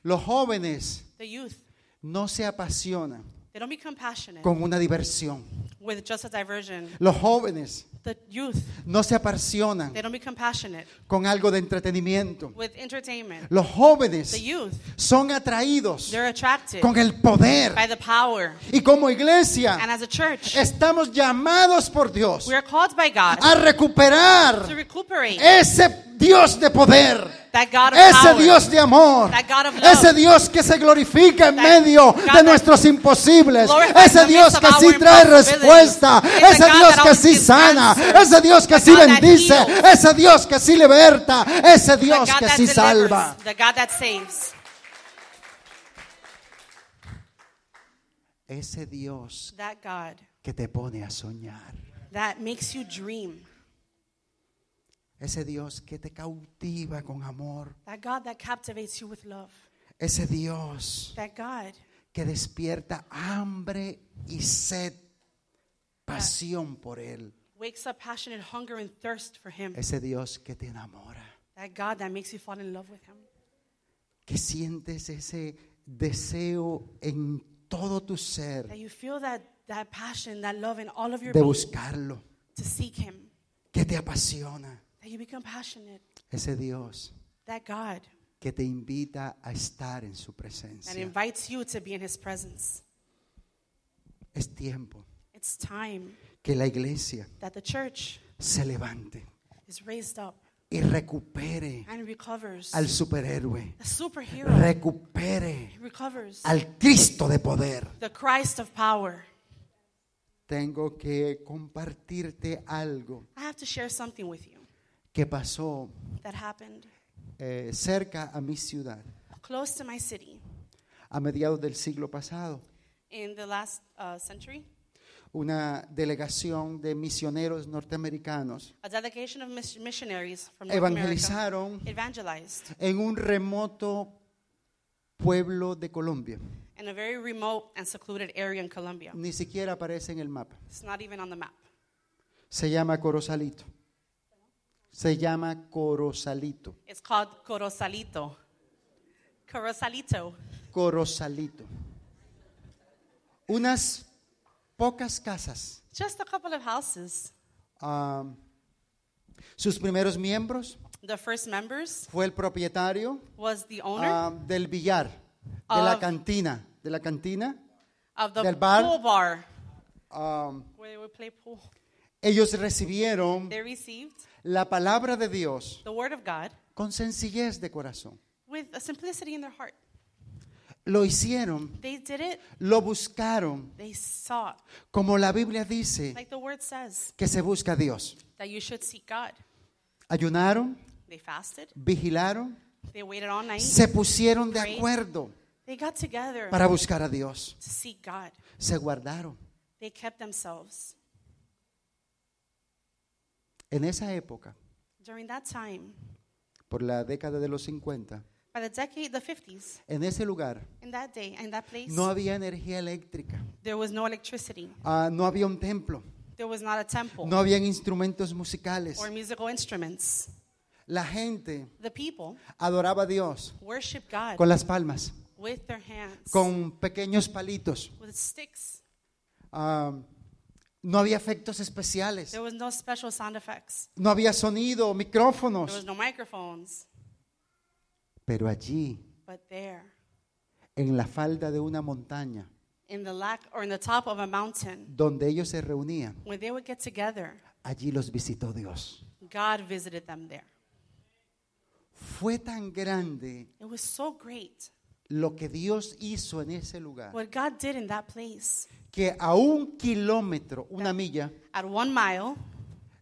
A: Los jóvenes
B: The youth,
A: no se apasionan
B: they don't become passionate
A: con una diversión.
B: with just a diversion.
A: Los jóvenes
B: The youth,
A: no se apasionan
B: they don't become passionate
A: con algo de entretenimiento.
B: with entertainment.
A: Los
B: The
A: jóvenes
B: youth,
A: son atraídos
B: they're attracted
A: con el poder.
B: by the power.
A: Y como
B: And
A: iglesia
B: as a church,
A: estamos llamados por Dios
B: we are called by God
A: a recuperar
B: to recuperate
A: ese Dios de poder,
B: that God of
A: ese
B: power,
A: Dios de amor,
B: That God of love.
A: ese Dios que se glorifica en
B: That
A: medio
B: God
A: de
B: that
A: nuestros imposibles,
B: glorifies
A: ese
B: the
A: Dios
B: midst
A: que
B: of
A: sí
B: our
A: trae
B: impossibilities.
A: respuesta,
B: It's a
A: ese
B: God
A: Dios
B: that
A: que
B: always
A: sí
B: gives
A: sana,
B: answers.
A: ese Dios que
B: A
A: sí
B: God that
A: bendice,
B: heals.
A: ese Dios que sí liberta, ese Dios
B: the God
A: que
B: that
A: sí
B: delivers,
A: salva.
B: the God that saves.
A: Ese Dios
B: That God
A: que te pone a soñar,
B: that makes you dream.
A: ese Dios que te cautiva con amor,
B: That God that captivates you with love.
A: ese Dios
B: That God
A: que despierta hambre y sed, pasión por Él.
B: wakes up passionate hunger and thirst for Him.
A: Ese Dios que te enamora,
B: That God that makes you fall in love with Him.
A: que sientes ese deseo en todo tu
B: That
A: ser
B: you feel that, that passion, that love in all of your
A: de
B: being
A: buscarlo,
B: to seek Him.
A: que te apasiona.
B: That you become passionate.
A: Ese Dios
B: That God
A: que te invita a estar en su
B: that
A: presencia.
B: invites you to be in His presence.
A: Es tiempo
B: It's time
A: que la iglesia
B: that the church
A: se levante
B: is raised up
A: y recupere
B: and recovers.
A: al superhéroe,
B: the superhero
A: recupere
B: recovers.
A: al Cristo de poder.
B: the Christ of power.
A: tengo que compartirte algo
B: I have to share something with you
A: que pasó
B: that happened
A: eh, cerca a mi ciudad
B: close to my city
A: a mediados del siglo pasado.
B: in the last uh, century.
A: Una delegación de misioneros norteamericanos
B: A delegation of mis- missionaries from North America
A: evangelizaron
B: evangelized
A: en un remoto pueblo de Colombia.
B: in a very remote and secluded area in Colombia.
A: Ni siquiera aparece en el mapa.
B: It's not even on the map.
A: Se llama Corozalito. Se llama Corozalito.
B: It's called Corosalito. Corosalito.
A: Corozalito. Unas pocas casas
B: Just a couple of houses.
A: Ah, sus primeros miembros
B: The first members
A: fue el propietario
B: was the owner
A: ah, del billar, de la
B: Of-
A: cantina, de la cantina.
B: of the
A: del bar.
B: pool bar
A: Ah,
B: where they would play pool.
A: ellos recibieron
B: They received
A: la palabra de Dios
B: the word of God
A: con sencillez de corazón.
B: with a simplicity in their heart.
A: Lo hicieron,
B: They did it.
A: lo buscaron,
B: They saw,
A: como la Biblia dice
B: like the word says,
A: que se busca a Dios.
B: that you should seek God.
A: Ayunaron,
B: They fasted.
A: vigilaron,
B: They waited all night.
A: se pusieron de
B: Prayed.
A: acuerdo
B: They got together
A: para buscar a Dios.
B: to seek God.
A: Se guardaron.
B: They kept themselves.
A: En esa época,
B: During that time,
A: por la década de los 50,
B: by the decade, the 50s,
A: En ese lugar
B: in that day, in that place,
A: no había energía eléctrica,
B: there was no electricity.
A: ah, no había un templo,
B: There was not a temple
A: No habían instrumentos musicales.
B: or musical instruments.
A: La gente
B: The people
A: adoraba a Dios
B: worshiped God
A: con las palmas,
B: with their hands,
A: con pequeños palitos.
B: with sticks.
A: Ah, no había efectos especiales.
B: There was no special sound effects.
A: No había sonido,
B: There was
A: micrófonos.
B: no microphones.
A: Pero allí,
B: But there,
A: en la falda de una montaña,
B: in the lack or in the top of a mountain,
A: donde ellos se reunían,
B: when they would get together,
A: allí los visitó Dios.
B: God visited them there.
A: Fue tan grande
B: It was so great
A: lo que Dios hizo en ese lugar
B: what God did in that place.
A: que a un kilómetro, una milla,
B: At one mile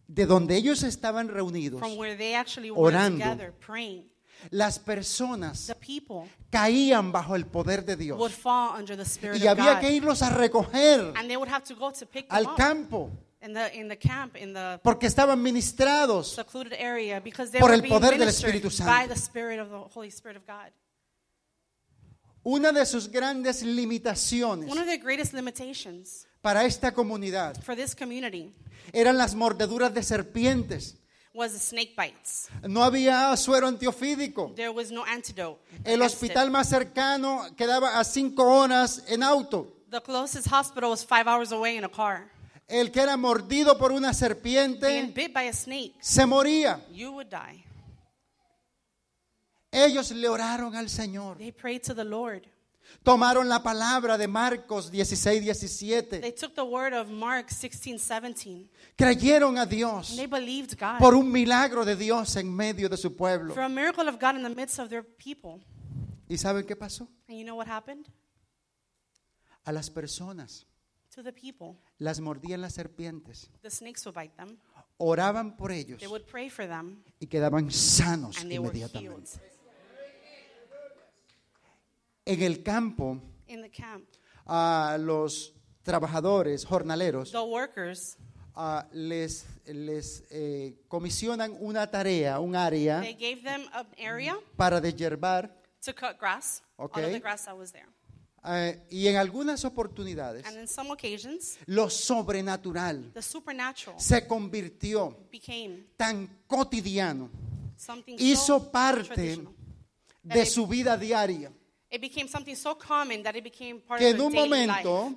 A: de donde ellos estaban reunidos,
B: from where they actually were
A: Orando.
B: together praying,
A: las personas
B: the people
A: caían bajo el poder de
B: would
A: Dios
B: fall under the Spirit
A: y
B: of
A: había
B: God.
A: que irlos a recoger
B: And they would have to go to pick them
A: al
B: up
A: campo
B: in the, in the camp, in the
A: porque estaban ministrados.
B: secluded area, because they
A: Por
B: were
A: el
B: being
A: poder del
B: ministered
A: Espíritu Santo.
B: by the Spirit of the Holy Spirit of God.
A: Una de sus grandes limitaciones
B: One of the greatest limitations
A: para esta comunidad
B: for this community
A: eran las mordeduras de serpientes.
B: was the snake bites.
A: No había suero antiofídico.
B: There was no antidote.
A: El
B: against it.
A: hospital más cercano quedaba a cinco horas en auto.
B: The closest hospital was five hours away in a car.
A: El que era mordido por una
B: Being
A: serpiente
B: bit by a snake,
A: se moría.
B: you would die.
A: Ellos le oraron al Señor.
B: They prayed to the Lord.
A: Tomaron la palabra de Marcos 16, 17.
B: They took the word of Mark 16, 17.
A: Creyeron a Dios
B: And they believed God
A: por un milagro de Dios en medio de su pueblo.
B: for a miracle of God in the midst of their people.
A: ¿Y saben qué pasó?
B: And you know what happened?
A: A las personas
B: To the people,
A: las mordían las serpientes.
B: the snakes would bite them.
A: Oraban por ellos
B: They would pray for them,
A: y quedaban sanos
B: and they were
A: inmediatamente.
B: healed
A: En el campo,
B: in the camp.
A: a los trabajadores, jornaleros,
B: The workers,
A: ah, les, les eh, comisionan una tarea, un área
B: they gave them an area
A: para deshiervar
B: to cut grass, all
A: Okay.
B: of the grass that was there.
A: eh, y en algunas oportunidades
B: And in some occasions,
A: lo sobrenatural
B: the supernatural
A: se convirtió
B: became
A: tan cotidiano,
B: something so
A: hizo parte
B: traditional.
A: de su vida diaria,
B: It became something so common that it became part
A: que
B: of
A: en
B: their
A: un
B: daily life.
A: momento,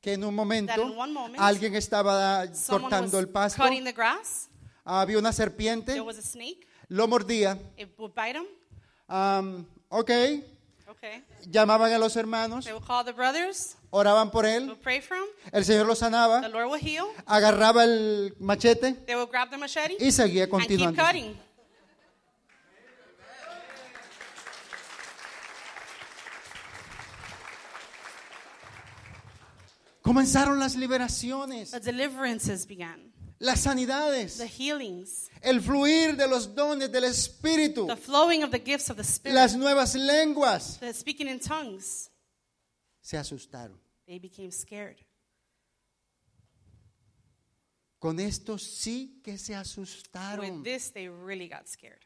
A: que en un momento
B: one moment,
A: alguien estaba
B: Someone
A: cortando
B: was
A: el pasto,
B: cutting the grass.
A: había una serpiente,
B: There was a snake.
A: lo mordía,
B: It would bite them.
A: am, ok,
B: Okay.
A: llamaban a los hermanos,
B: They would call the brothers.
A: oraban por
B: They
A: él,
B: would pray for them.
A: el Señor lo
B: The
A: sanaba,
B: Lord will heal.
A: agarraba el machete
B: They would grab the machete
A: y seguía
B: and keep
A: continuando.
B: cutting.
A: Comenzaron las liberaciones,
B: The deliverances began.
A: las sanidades.
B: The healings.
A: el fluir de los dones del Espíritu,
B: The flowing of the gifts of the Spirit.
A: las nuevas lenguas,
B: The speaking in tongues.
A: se asustaron.
B: They became scared.
A: Con esto sí que se asustaron,
B: With this, they really got scared.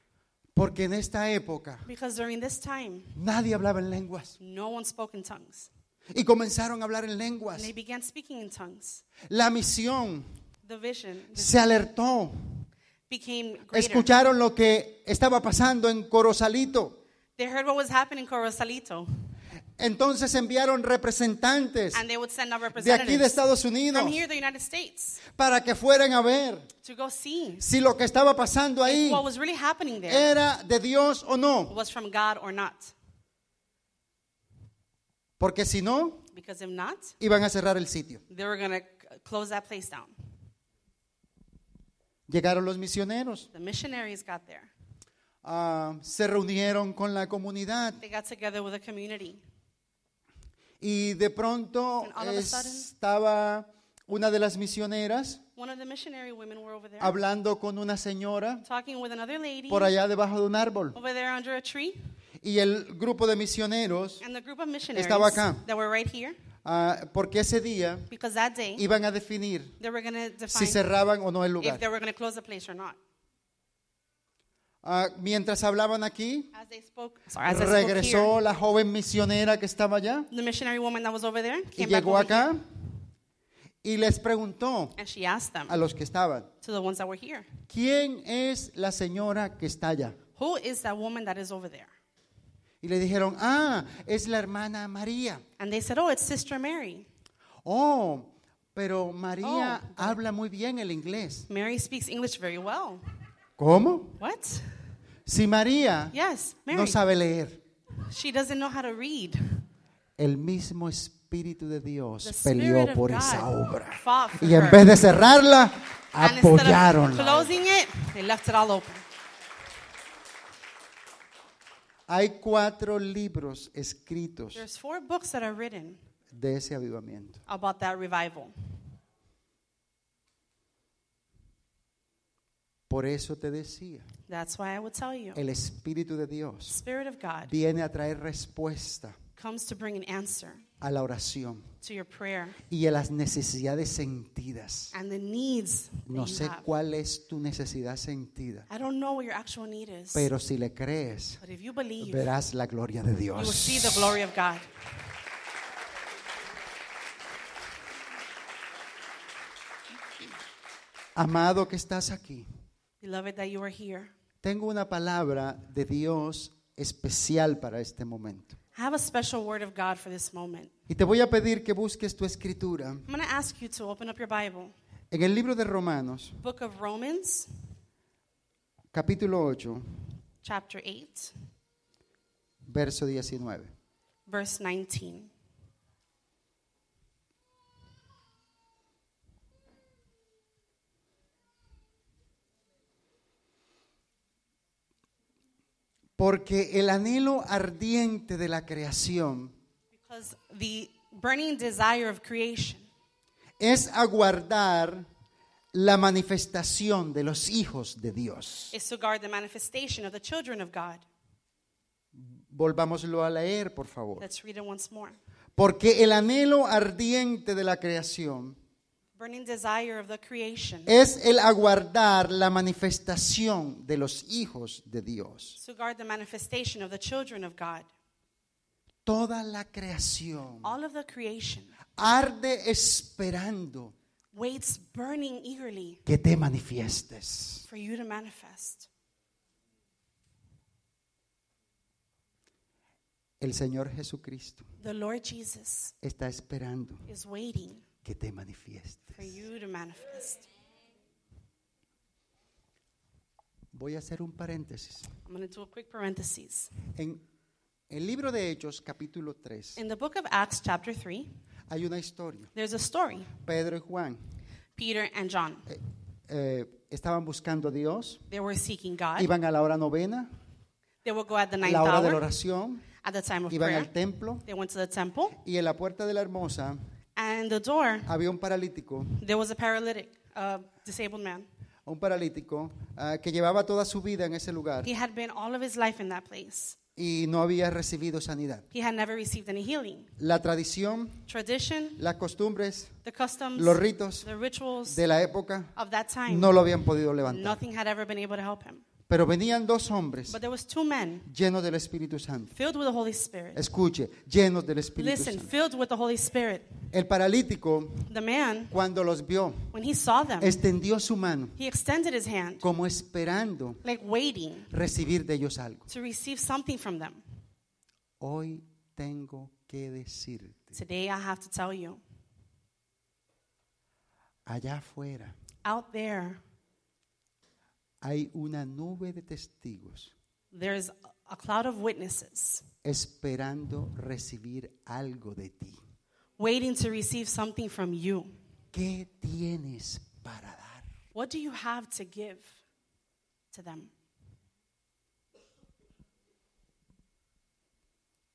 A: porque en esta época
B: Because during this time,
A: nadie hablaba en lenguas
B: no one spoke in tongues.
A: y comenzaron a hablar en
B: And
A: lenguas.
B: they began speaking in tongues.
A: La misión
B: The vision
A: se alertó,
B: became greater.
A: escucharon lo que estaba pasando en Corozalito.
B: They heard what was happening in Corozalito,
A: Entonces enviaron representantes
B: and they would send out
A: de aquí de
B: representatives
A: Estados Unidos
B: from here, the United States,
A: para que fueran a ver
B: to go see
A: si lo que estaba pasando ahí
B: what was really happening there
A: era de Dios o no.
B: was from God or not.
A: Porque si no,
B: Because if not,
A: iban a cerrar el sitio.
B: they were going to close that place down.
A: Llegaron los misioneros,
B: The missionaries got there.
A: ah, se reunieron con la comunidad
B: They got together with a community.
A: y de pronto
B: And all of a sudden-
A: estaba una de las misioneras
B: One of the missionary women were over there
A: hablando con una señora
B: talking with another lady
A: por allá debajo de un árbol
B: over there under a tree,
A: y el grupo de misioneros
B: and the group of missionaries
A: Estaba acá.
B: that were right here,
A: ah, porque ese día
B: because that day
A: iban a definir
B: they were going to
A: si
B: define
A: cerraban o no el
B: if
A: lugar.
B: they were going to close the place or not.
A: Ah, mientras hablaban aquí,
B: As they spoke, sorry, as I spoke here,
A: regresó la joven misionera que estaba allá
B: the missionary woman that was over there
A: y
B: came back
A: llegó
B: over here,
A: acá Y les preguntó
B: And she asked them
A: a los que estaban,
B: to the ones that were here,
A: ¿quién es la señora que está allá?
B: Who is that woman that is over there?
A: Y le dijeron, ah, es la hermana María.
B: And they said, Oh, it's Sister Mary.
A: Oh, pero María
B: Oh,
A: habla muy bien el inglés.
B: Mary speaks English very well.
A: ¿Cómo?
B: What?
A: Si María
B: Yes, Mary.
A: no sabe leer,
B: She doesn't know how to read.
A: el mismo Espíritu de
B: The
A: Dios
B: Spirit
A: peleó
B: of
A: por
B: God
A: esa obra.
B: fought for
A: Y en
B: her.
A: vez de cerrarla,
B: And instead of
A: apoyaron.
B: closing it, they left it all open.
A: Hay cuatro libros escritos
B: There's four books that are written
A: de ese avivamiento.
B: about that revival.
A: Por eso te decía,
B: That's why I would tell you.
A: el Espíritu de Dios
B: Spirit of God
A: viene a traer respuesta
B: comes to bring an answer
A: a la oración
B: to your prayer
A: y a las necesidades sentidas.
B: and the needs that
A: No
B: you
A: sé
B: have.
A: cuál es tu necesidad sentida,
B: I don't know what your actual need is,
A: pero si le crees,
B: but if you believe, you
A: verás la gloria de
B: will see
A: Dios.
B: the glory of God.
A: Amado que estás aquí,
B: Beloved, that you are here.
A: tengo una palabra de Dios especial para este momento.
B: I have a special word of God for this moment.
A: Y te voy a pedir que busques tu escritura
B: I'm going to ask you to open up your Bible,
A: en el libro de Romanos,
B: Book of Romans,
A: capítulo 8,
B: chapter 8,
A: verso 19.
B: verse 19.
A: Porque el anhelo ardiente de la creación
B: Because the burning desire of creation
A: es aguardar la manifestación de los hijos de Dios.
B: is to guard the manifestation of the children of God.
A: Volvámoslo a leer, por favor.
B: Let's read it once more.
A: Porque el anhelo ardiente de la creación
B: Burning desire of the creation
A: es el aguardar la manifestación de los hijos de Dios.
B: is to guard the manifestation of the children of God.
A: Toda la creación
B: All of the creation
A: arde esperando
B: waits burning eagerly
A: que te manifiestes.
B: for you to manifest.
A: El Señor Jesucristo
B: The Lord Jesus
A: está esperando
B: is waiting
A: que te
B: for
A: manifiestes.
B: you to manifest.
A: Voy a hacer un paréntesis.
B: I'm going to do a quick parenthesis.
A: En el libro de Hechos, capítulo 3,
B: In the book of Acts, chapter 3,
A: hay una historia.
B: there's a story.
A: Pedro y Juan
B: Peter and John,
A: eh, eh, estaban buscando a Dios,
B: they were seeking God.
A: iban a la hora novena,
B: They would go at the ninth
A: la hora de la
B: hour,
A: oración,
B: at the time of
A: iban
B: prayer.
A: al templo
B: They went to the temple,
A: y en la puerta de la hermosa
B: and the door,
A: había un paralítico,
B: there was a paralytic, a disabled man.
A: un paralítico ah, que llevaba toda su vida en ese lugar
B: He had been all of his life in that place.
A: y no había recibido sanidad.
B: He had never received any healing.
A: La tradición,
B: Tradition,
A: las costumbres,
B: the customs,
A: los ritos
B: the rituals
A: de la época
B: of that time,
A: no lo habían podido levantar.
B: nothing had ever been able to help him.
A: Pero venían dos hombres
B: But there was two men
A: llenos del Espíritu Santo.
B: filled with the Holy Spirit.
A: Escuche, llenos del Espíritu
B: Listen,
A: Santo.
B: filled with the Holy Spirit.
A: El paralítico,
B: The man,
A: cuando los vio,
B: when he saw them,
A: extendió su mano
B: he extended his hand,
A: como esperando
B: like waiting
A: recibir de ellos algo.
B: to receive something from them.
A: Hoy tengo que decirte,
B: Today I have to tell you,
A: allá afuera
B: out there,
A: hay una nube de testigos
B: there's a cloud of witnesses
A: esperando recibir algo de ti.
B: waiting to receive something from you.
A: ¿Qué tienes para dar?
B: What do you have to give to them?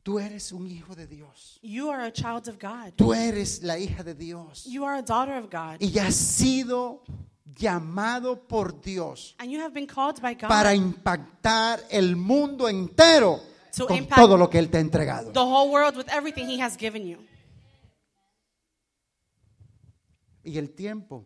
A: Tú eres un hijo de Dios.
B: You are a child of God.
A: Tú eres la hija de Dios.
B: You are a daughter of God.
A: Y has sido llamado por Dios
B: And you have been called by God
A: para impactar el mundo entero
B: To
A: con
B: impact
A: todo lo que Él te ha entregado.
B: the whole world with everything He has given you.
A: Y el tiempo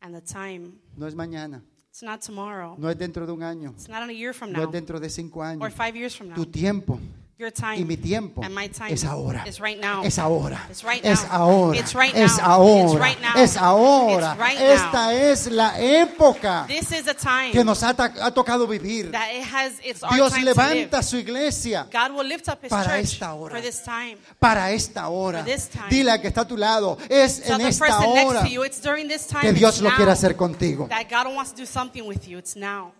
B: And the time,
A: no es mañana,
B: it's not tomorrow,
A: no es dentro de un año,
B: it's not in a year from
A: no
B: now
A: es dentro de cinco
B: or
A: años.
B: five years from now.
A: Tu tiempo
B: Your
A: y
B: time
A: mi tiempo
B: and my time
A: es ahora.
B: is right now.
A: Es ahora.
B: It's right
A: es
B: now.
A: ahora.
B: It's right
A: es
B: now. It's
A: ahora.
B: right now.
A: Es ahora.
B: It's right now.
A: Esta es la época
B: This is a time
A: que nos ha, ta- ha tocado vivir.
B: that it has it's our
A: Dios
B: time to
A: levanta
B: live.
A: su iglesia
B: God will lift up His
A: para
B: church
A: esta hora.
B: for this time.
A: para esta hora.
B: For this time.
A: Dile al que está a tu lado, es
B: So
A: en
B: the
A: esta
B: person
A: hora
B: next to you, it's during this time
A: que
B: it's
A: Dios lo
B: now
A: quiere hacer contigo.
B: that God wants to do something with you. It's now.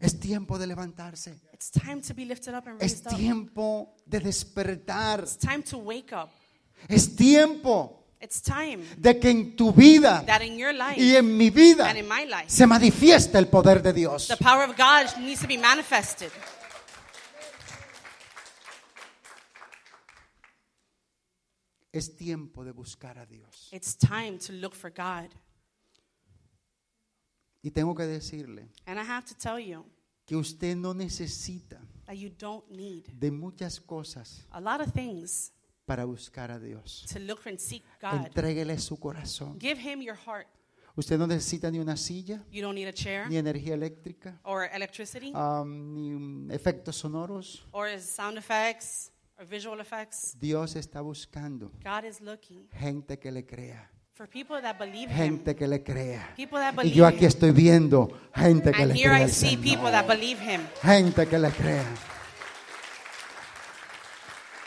A: Es tiempo de levantarse.
B: It's time to be lifted up and
A: Es
B: raised up.
A: tiempo de despertar.
B: It's time to wake up.
A: Es tiempo
B: It's time
A: de que en tu vida
B: that in your life
A: y en mi vida
B: and in my life,
A: se manifiesta el poder de Dios.
B: the power of God needs to be manifested.
A: Es tiempo de buscar a Dios.
B: It's time to look for God.
A: Y tengo que decirle
B: And I have to tell you
A: que usted no necesita
B: that you don't need
A: de muchas cosas
B: a lot of things
A: para buscar a Dios.
B: to look and seek God.
A: Entréguele su corazón.
B: Give Him your heart.
A: Usted no necesita ni una silla,
B: You don't need a chair
A: ni energía eléctrica,
B: or electricity
A: um, ni um, efectos sonoros.
B: or sound effects or visual effects.
A: Dios está buscando
B: God is looking
A: gente que le crea,
B: for people that believe Him.
A: gente que le crea.
B: People that
A: Y
B: believe
A: yo aquí
B: Him.
A: estoy viendo gente que
B: And
A: le
B: here
A: crea,
B: I
A: al
B: see people
A: Señor.
B: that believe Him.
A: gente que le crea.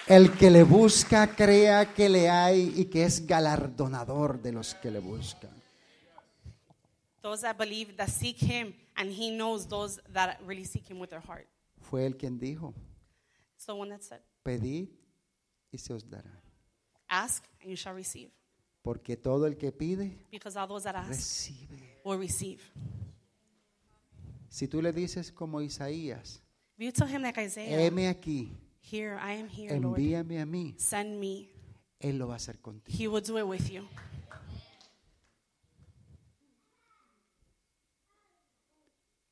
A: El que le busca crea que le hay y que es galardonador de los que le buscan.
B: Those that believe, that seek Him, and He knows those that really seek Him with their heart.
A: Fue él quien dijo,
B: It's the one that said,
A: pedid y se os dará.
B: Ask and you shall receive.
A: Porque todo el que pide,
B: Because all those that ask
A: recibe.
B: will receive.
A: Si tú le dices como Isaías,
B: If you tell Him, like Isaiah,
A: heme aquí,
B: Here I am here, Lord.
A: envíame a mí,
B: Send me.
A: él lo va a hacer contigo.
B: He will do it with you.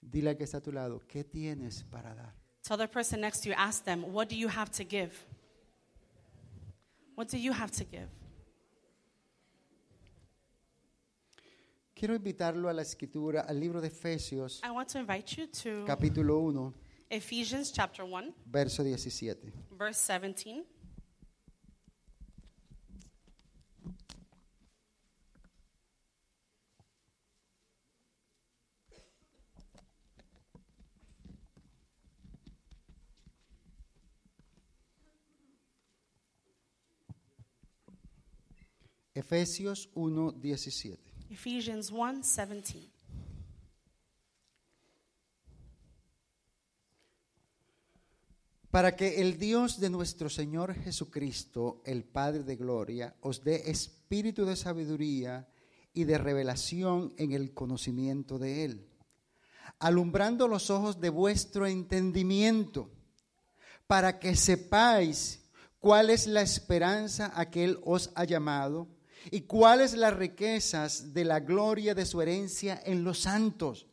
A: Dile al que está a tu lado, ¿qué tienes para dar?
B: Tell the person next to you, ask them, What do you have to give? What do you have to give?
A: Quiero invitarlo a la escritura, al libro de Efesios,
B: I want to invite you to
A: capítulo 1,
B: Ephesians chapter 1,
A: verso 17.
B: verse 17.
A: Efesios 1, 17.
B: Ephesians 1 17.
A: Para que el Dios de nuestro Señor Jesucristo, el Padre de Gloria, os dé espíritu de sabiduría y de revelación en el conocimiento de Él, alumbrando los ojos de vuestro entendimiento, para que sepáis cuál es la esperanza a que Él os ha llamado y cuáles las riquezas de la gloria de su herencia en los santos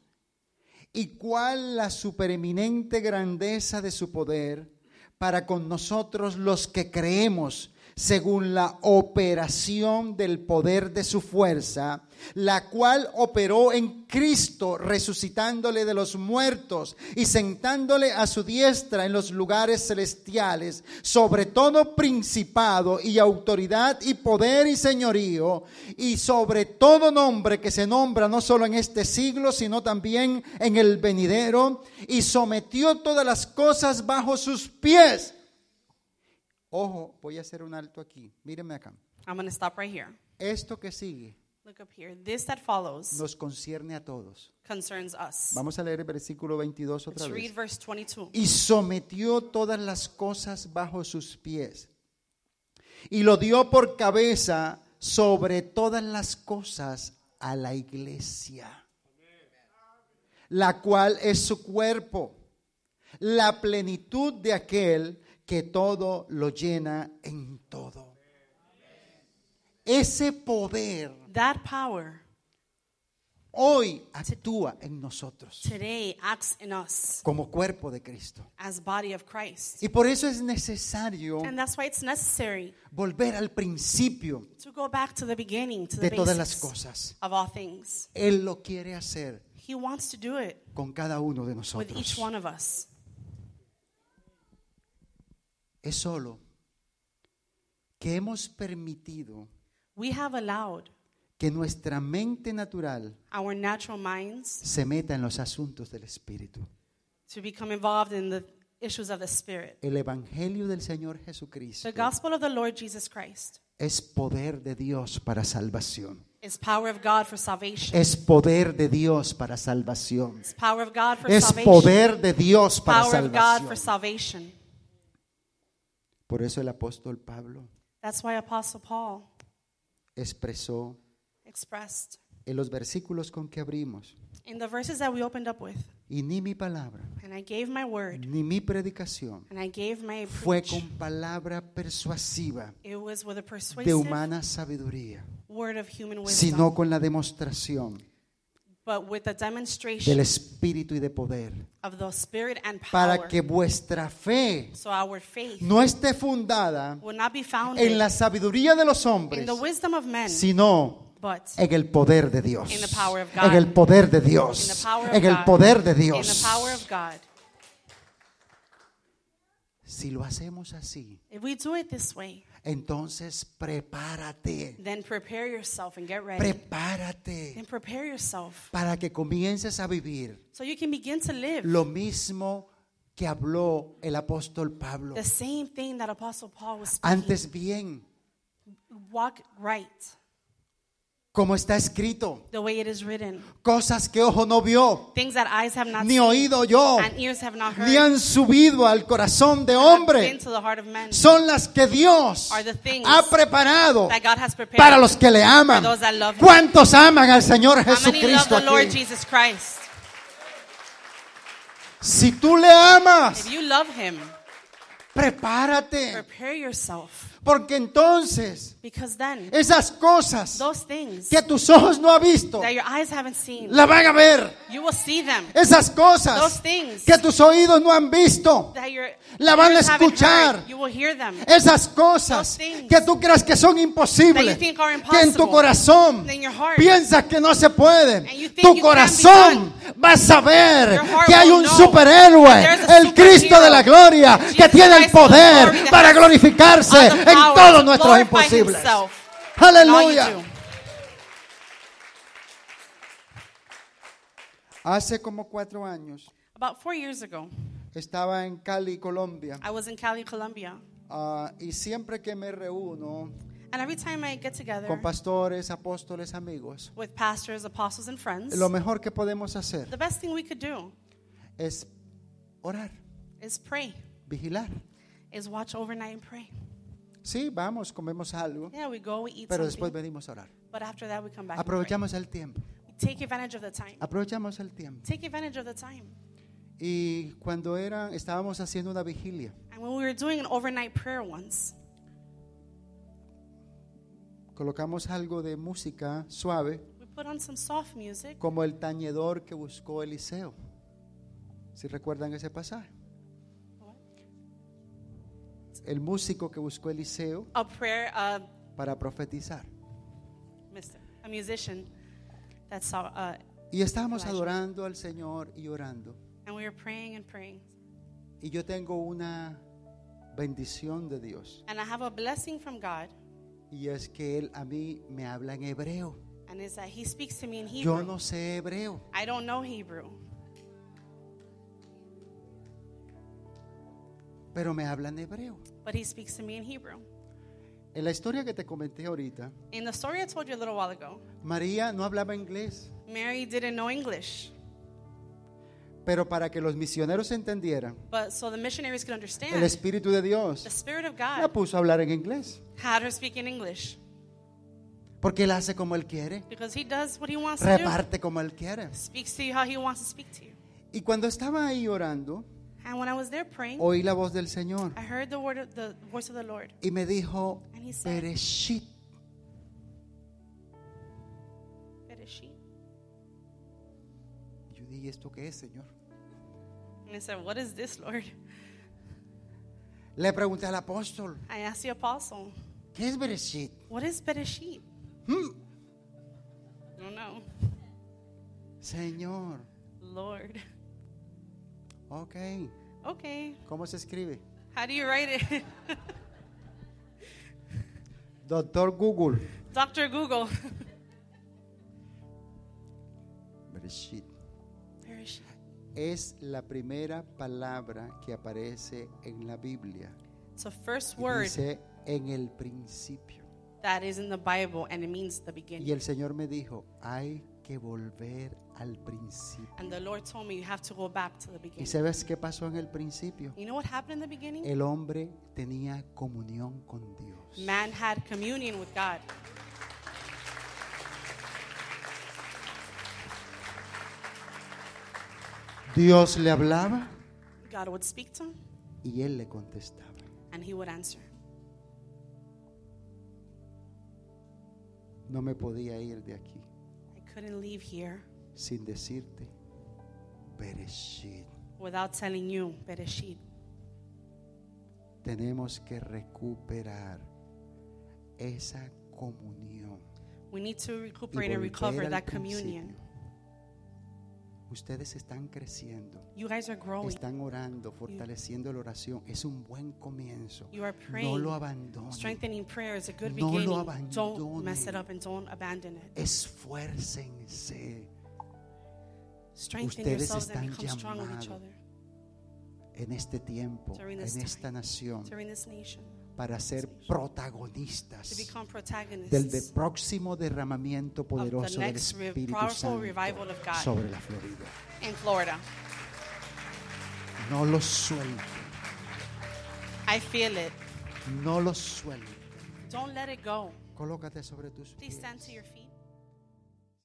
A: y cuál la supereminente grandeza de su poder para con nosotros los que creemos según la operación del poder de su fuerza, la cual operó en Cristo resucitándole de los muertos y sentándole a su diestra en los lugares celestiales, sobre todo principado y autoridad y poder y señorío, y sobre todo nombre que se nombra no solo en este siglo, sino también en el venidero, y sometió todas las cosas bajo sus pies. Ojo, voy a hacer un alto aquí. Míreme acá.
B: I'm going to stop right here.
A: Esto que sigue
B: Look up here. This that follows
A: nos concierne a todos.
B: concerns us.
A: Vamos a leer el versículo 22 otra
B: Let's
A: vez.
B: read verse 22.
A: Y sometió todas las cosas bajo sus pies. Y lo dio por cabeza sobre todas las cosas a la iglesia, la cual es su cuerpo, la plenitud de aquel que todo lo llena en todo. Ese poder
B: That power
A: hoy actúa en nosotros
B: today acts in us
A: como cuerpo de Cristo.
B: as body of Christ.
A: Y por eso es necesario
B: And that's why it's necessary
A: volver al principio
B: to go back to the beginning, to the
A: de todas las
B: basics
A: cosas.
B: of all things.
A: Él lo quiere hacer
B: He wants to do it
A: con cada uno de
B: with
A: nosotros.
B: each one of us.
A: es solo que hemos permitido
B: We have allowed
A: que nuestra mente natural
B: our natural minds
A: se meta en los asuntos del Espíritu.
B: to become involved in the issues of the Spirit.
A: El Evangelio del Señor Jesucristo
B: The gospel of the Lord Jesus Christ
A: es poder de Dios para salvación.
B: is power of God for salvation.
A: Es poder de Dios para salvación.
B: It's power of God for
A: Es
B: salvation.
A: poder de Dios para
B: Power of God for
A: salvación.
B: salvation.
A: Por eso el apóstol Pablo
B: That's why Apostle Paul
A: expresó
B: expressed
A: en los versículos con que abrimos,
B: in the verses that we opened up with,
A: y ni mi palabra,
B: and I gave my word,
A: ni mi predicación
B: and I gave my
A: fue
B: preach.
A: con palabra persuasiva
B: It was with a
A: de
B: persuasive
A: humana sabiduría,
B: word of human wisdom,
A: sino con la demostración
B: but with a
A: del
B: demonstration
A: Espíritu y de poder,
B: of the spirit and power.
A: para que vuestra fe
B: so our faith
A: no esté fundada
B: will not be founded
A: en la sabiduría de los
B: in
A: hombres,
B: the wisdom of men,
A: sino
B: but
A: en el poder de Dios,
B: In the power of
A: en
B: God.
A: el poder de
B: in the
A: Dios,
B: power of
A: en el
B: God.
A: poder de
B: In the
A: Dios.
B: power of God.
A: Si lo hacemos así,
B: If we do it this way,
A: entonces prepárate,
B: then prepare yourself and get ready.
A: prepárate
B: Then prepare yourself
A: para que comiences a vivir
B: so you can begin to live
A: lo mismo que habló el apóstol Pablo.
B: the same thing that Apostle Paul was speaking.
A: Antes bien,
B: Walk right,
A: como está escrito,
B: the way it is written.
A: cosas que ojo no vio,
B: Things that eyes have not
A: ni
B: seen
A: oído yo,
B: and ears have not Ah, heard,
A: ni han subido al corazón de
B: have been
A: hombre,
B: to the heart of men,
A: son las que Dios
B: Are the things
A: ha preparado
B: that God has prepared
A: para los que le aman.
B: for those that love Him.
A: ¿Cuántos aman al Señor
B: How many love
A: Jesucristo
B: the Lord
A: aquí?
B: Jesus Christ?
A: Si tú le amas,
B: If you love Him,
A: prepárate,
B: prepare yourself
A: porque entonces
B: because then
A: esas cosas
B: those things
A: que tus ojos no han visto,
B: that your eyes haven't seen,
A: la van a ver.
B: you will see them.
A: Esas
B: Those
A: cosas
B: things
A: que tus oídos no han visto,
B: that your
A: La van a
B: ears haven't
A: escuchar.
B: heard, you will hear them.
A: esas cosas
B: things
A: que tú crees que son imposibles,
B: that you think are
A: que en tu
B: impossible,
A: corazón
B: in your heart.
A: piensas que no se pueden,
B: And you think
A: tu
B: you can't be
A: corazón va a saber
B: Your heart
A: que hay
B: will
A: un
B: know
A: superhéroe,
B: that there's a
A: el Cristo de la
B: superhero,
A: gloria, que
B: Jesus
A: tiene el
B: Christ of glory
A: poder
B: that
A: para
B: has
A: glorificarse
B: all
A: en
B: the power
A: todos
B: to
A: nuestros
B: glorify
A: imposibles.
B: himself in all you
A: Aleluya.
B: do.
A: Hace como cuatro años
B: About four years ago,
A: estaba en Cali, Colombia,
B: I was in Cali, Colombia,
A: ah, y siempre que me reúno
B: and every time I get together
A: con pastores, apóstoles, amigos,
B: with pastors, apostles, and friends,
A: lo mejor que podemos hacer
B: the best thing we could do
A: es orar,
B: is pray,
A: vigilar.
B: is watch overnight and pray.
A: Sí, vamos, comemos algo,
B: Yeah, we go, we eat
A: pero después
B: something,
A: venimos a orar.
B: but after that we come back. and pray.
A: Aprovechamos el tiempo,
B: Take advantage of the time.
A: aprovechamos el tiempo.
B: Take advantage of the time.
A: Y cuando eran, estábamos haciendo una vigilia,
B: And when we were doing an overnight prayer once,
A: colocamos algo de música suave,
B: we put on some soft music,
A: como el tañedor que buscó Eliseo. Si recuerdan ese pasaje. El músico que buscó Eliseo
B: a prayer, uh,
A: para profetizar.
B: mister, a musician that saw, uh,
A: Y estábamos
B: Elijah.
A: adorando al Señor y orando.
B: and we were praying and praying.
A: Y yo tengo una bendición de Dios.
B: And I have a blessing from God,
A: Y es que Él a mí me habla en hebreo.
B: and is that He speaks to me in
A: Yo
B: Hebrew.
A: no sé hebreo.
B: I don't know Hebrew,
A: pero me hablan hebreo.
B: but He speaks to me in Hebrew.
A: En la historia que te comenté ahorita,
B: In the story I told you a little while ago,
A: María no hablaba inglés,
B: Mary didn't know English,
A: pero para que los misioneros entendieran,
B: but so the missionaries could
A: el
B: understand,
A: Espíritu de
B: the
A: Dios
B: Spirit of
A: la
B: God
A: puso a hablar en inglés,
B: had her speak in English
A: porque Él hace como Él quiere,
B: because He does what He wants to do.
A: reparte como Él quiere.
B: speaks to you how he wants to speak to you.
A: Y cuando estaba ahí orando,
B: And when I was there praying,
A: oí la voz del Señor
B: I heard the word of the voice of the Lord.
A: y me dijo,
B: And he said-
A: Bereshit,
B: That is she.
A: yo dije, ¿esto qué es, Señor?
B: And I said, What is this, Lord?
A: Le pregunté al apóstol,
B: I asked the apostle,
A: ¿qué es Bereshit?
B: What is Bereshit?
A: Hmm.
B: I don't know.
A: Señor,
B: Lord.
A: ok,
B: Okay.
A: ¿cómo se escribe?
B: How do you write it?
A: Doctor Google.
B: Dr. Google.
A: Bereshit.
B: Where is she?
A: Es la primera palabra que aparece en la Biblia.
B: It's the first
A: Y
B: word
A: Dice en el principio.
B: that is in the Bible and it means the
A: Y
B: beginning.
A: el Señor me dijo, hay que volver al principio.
B: And the Lord told me you have to go back to the
A: ¿Y
B: beginning.
A: sabes qué pasó en el principio?
B: You know what happened in the beginning?
A: El hombre tenía comunión con Dios.
B: Man had communion with God.
A: Dios le hablaba
B: God would speak to him
A: y él le contestaba.
B: and he would answer.
A: No me podía ir de aquí
B: I couldn't leave here
A: sin decirte, Bereshit,
B: without telling you, Bereshit,
A: tenemos que recuperar esa comunión.
B: we need to
A: y
B: recuperate and
A: volver
B: recover
A: al
B: that communion.
A: principio. Ustedes están creciendo,
B: You guys are growing.
A: están orando, fortaleciendo la oración. Es un buen comienzo.
B: You are
A: No lo
B: praying.
A: abandonen.
B: Strengthening prayer is a good
A: No lo
B: beginning. Don't
A: abandonen.
B: mess it up and don't abandon it.
A: Esfuércense
B: Strengthen
A: Ustedes
B: yourselves and
A: están
B: become strong with
A: llamados
B: each other
A: en este tiempo,
B: During
A: en
B: this time.
A: esta nación,
B: during this nation
A: para ser
B: to
A: protagonistas
B: become
A: del de-
B: protagonists
A: próximo derramamiento poderoso del
B: next re-
A: Espíritu
B: powerful
A: Santo
B: revival of God.
A: sobre la Florida.
B: in Florida.
A: No los suelten,
B: I feel it.
A: no los suelten.
B: Don't let it go.
A: Colócate sobre tus
B: Please
A: pies.
B: stand to your feet.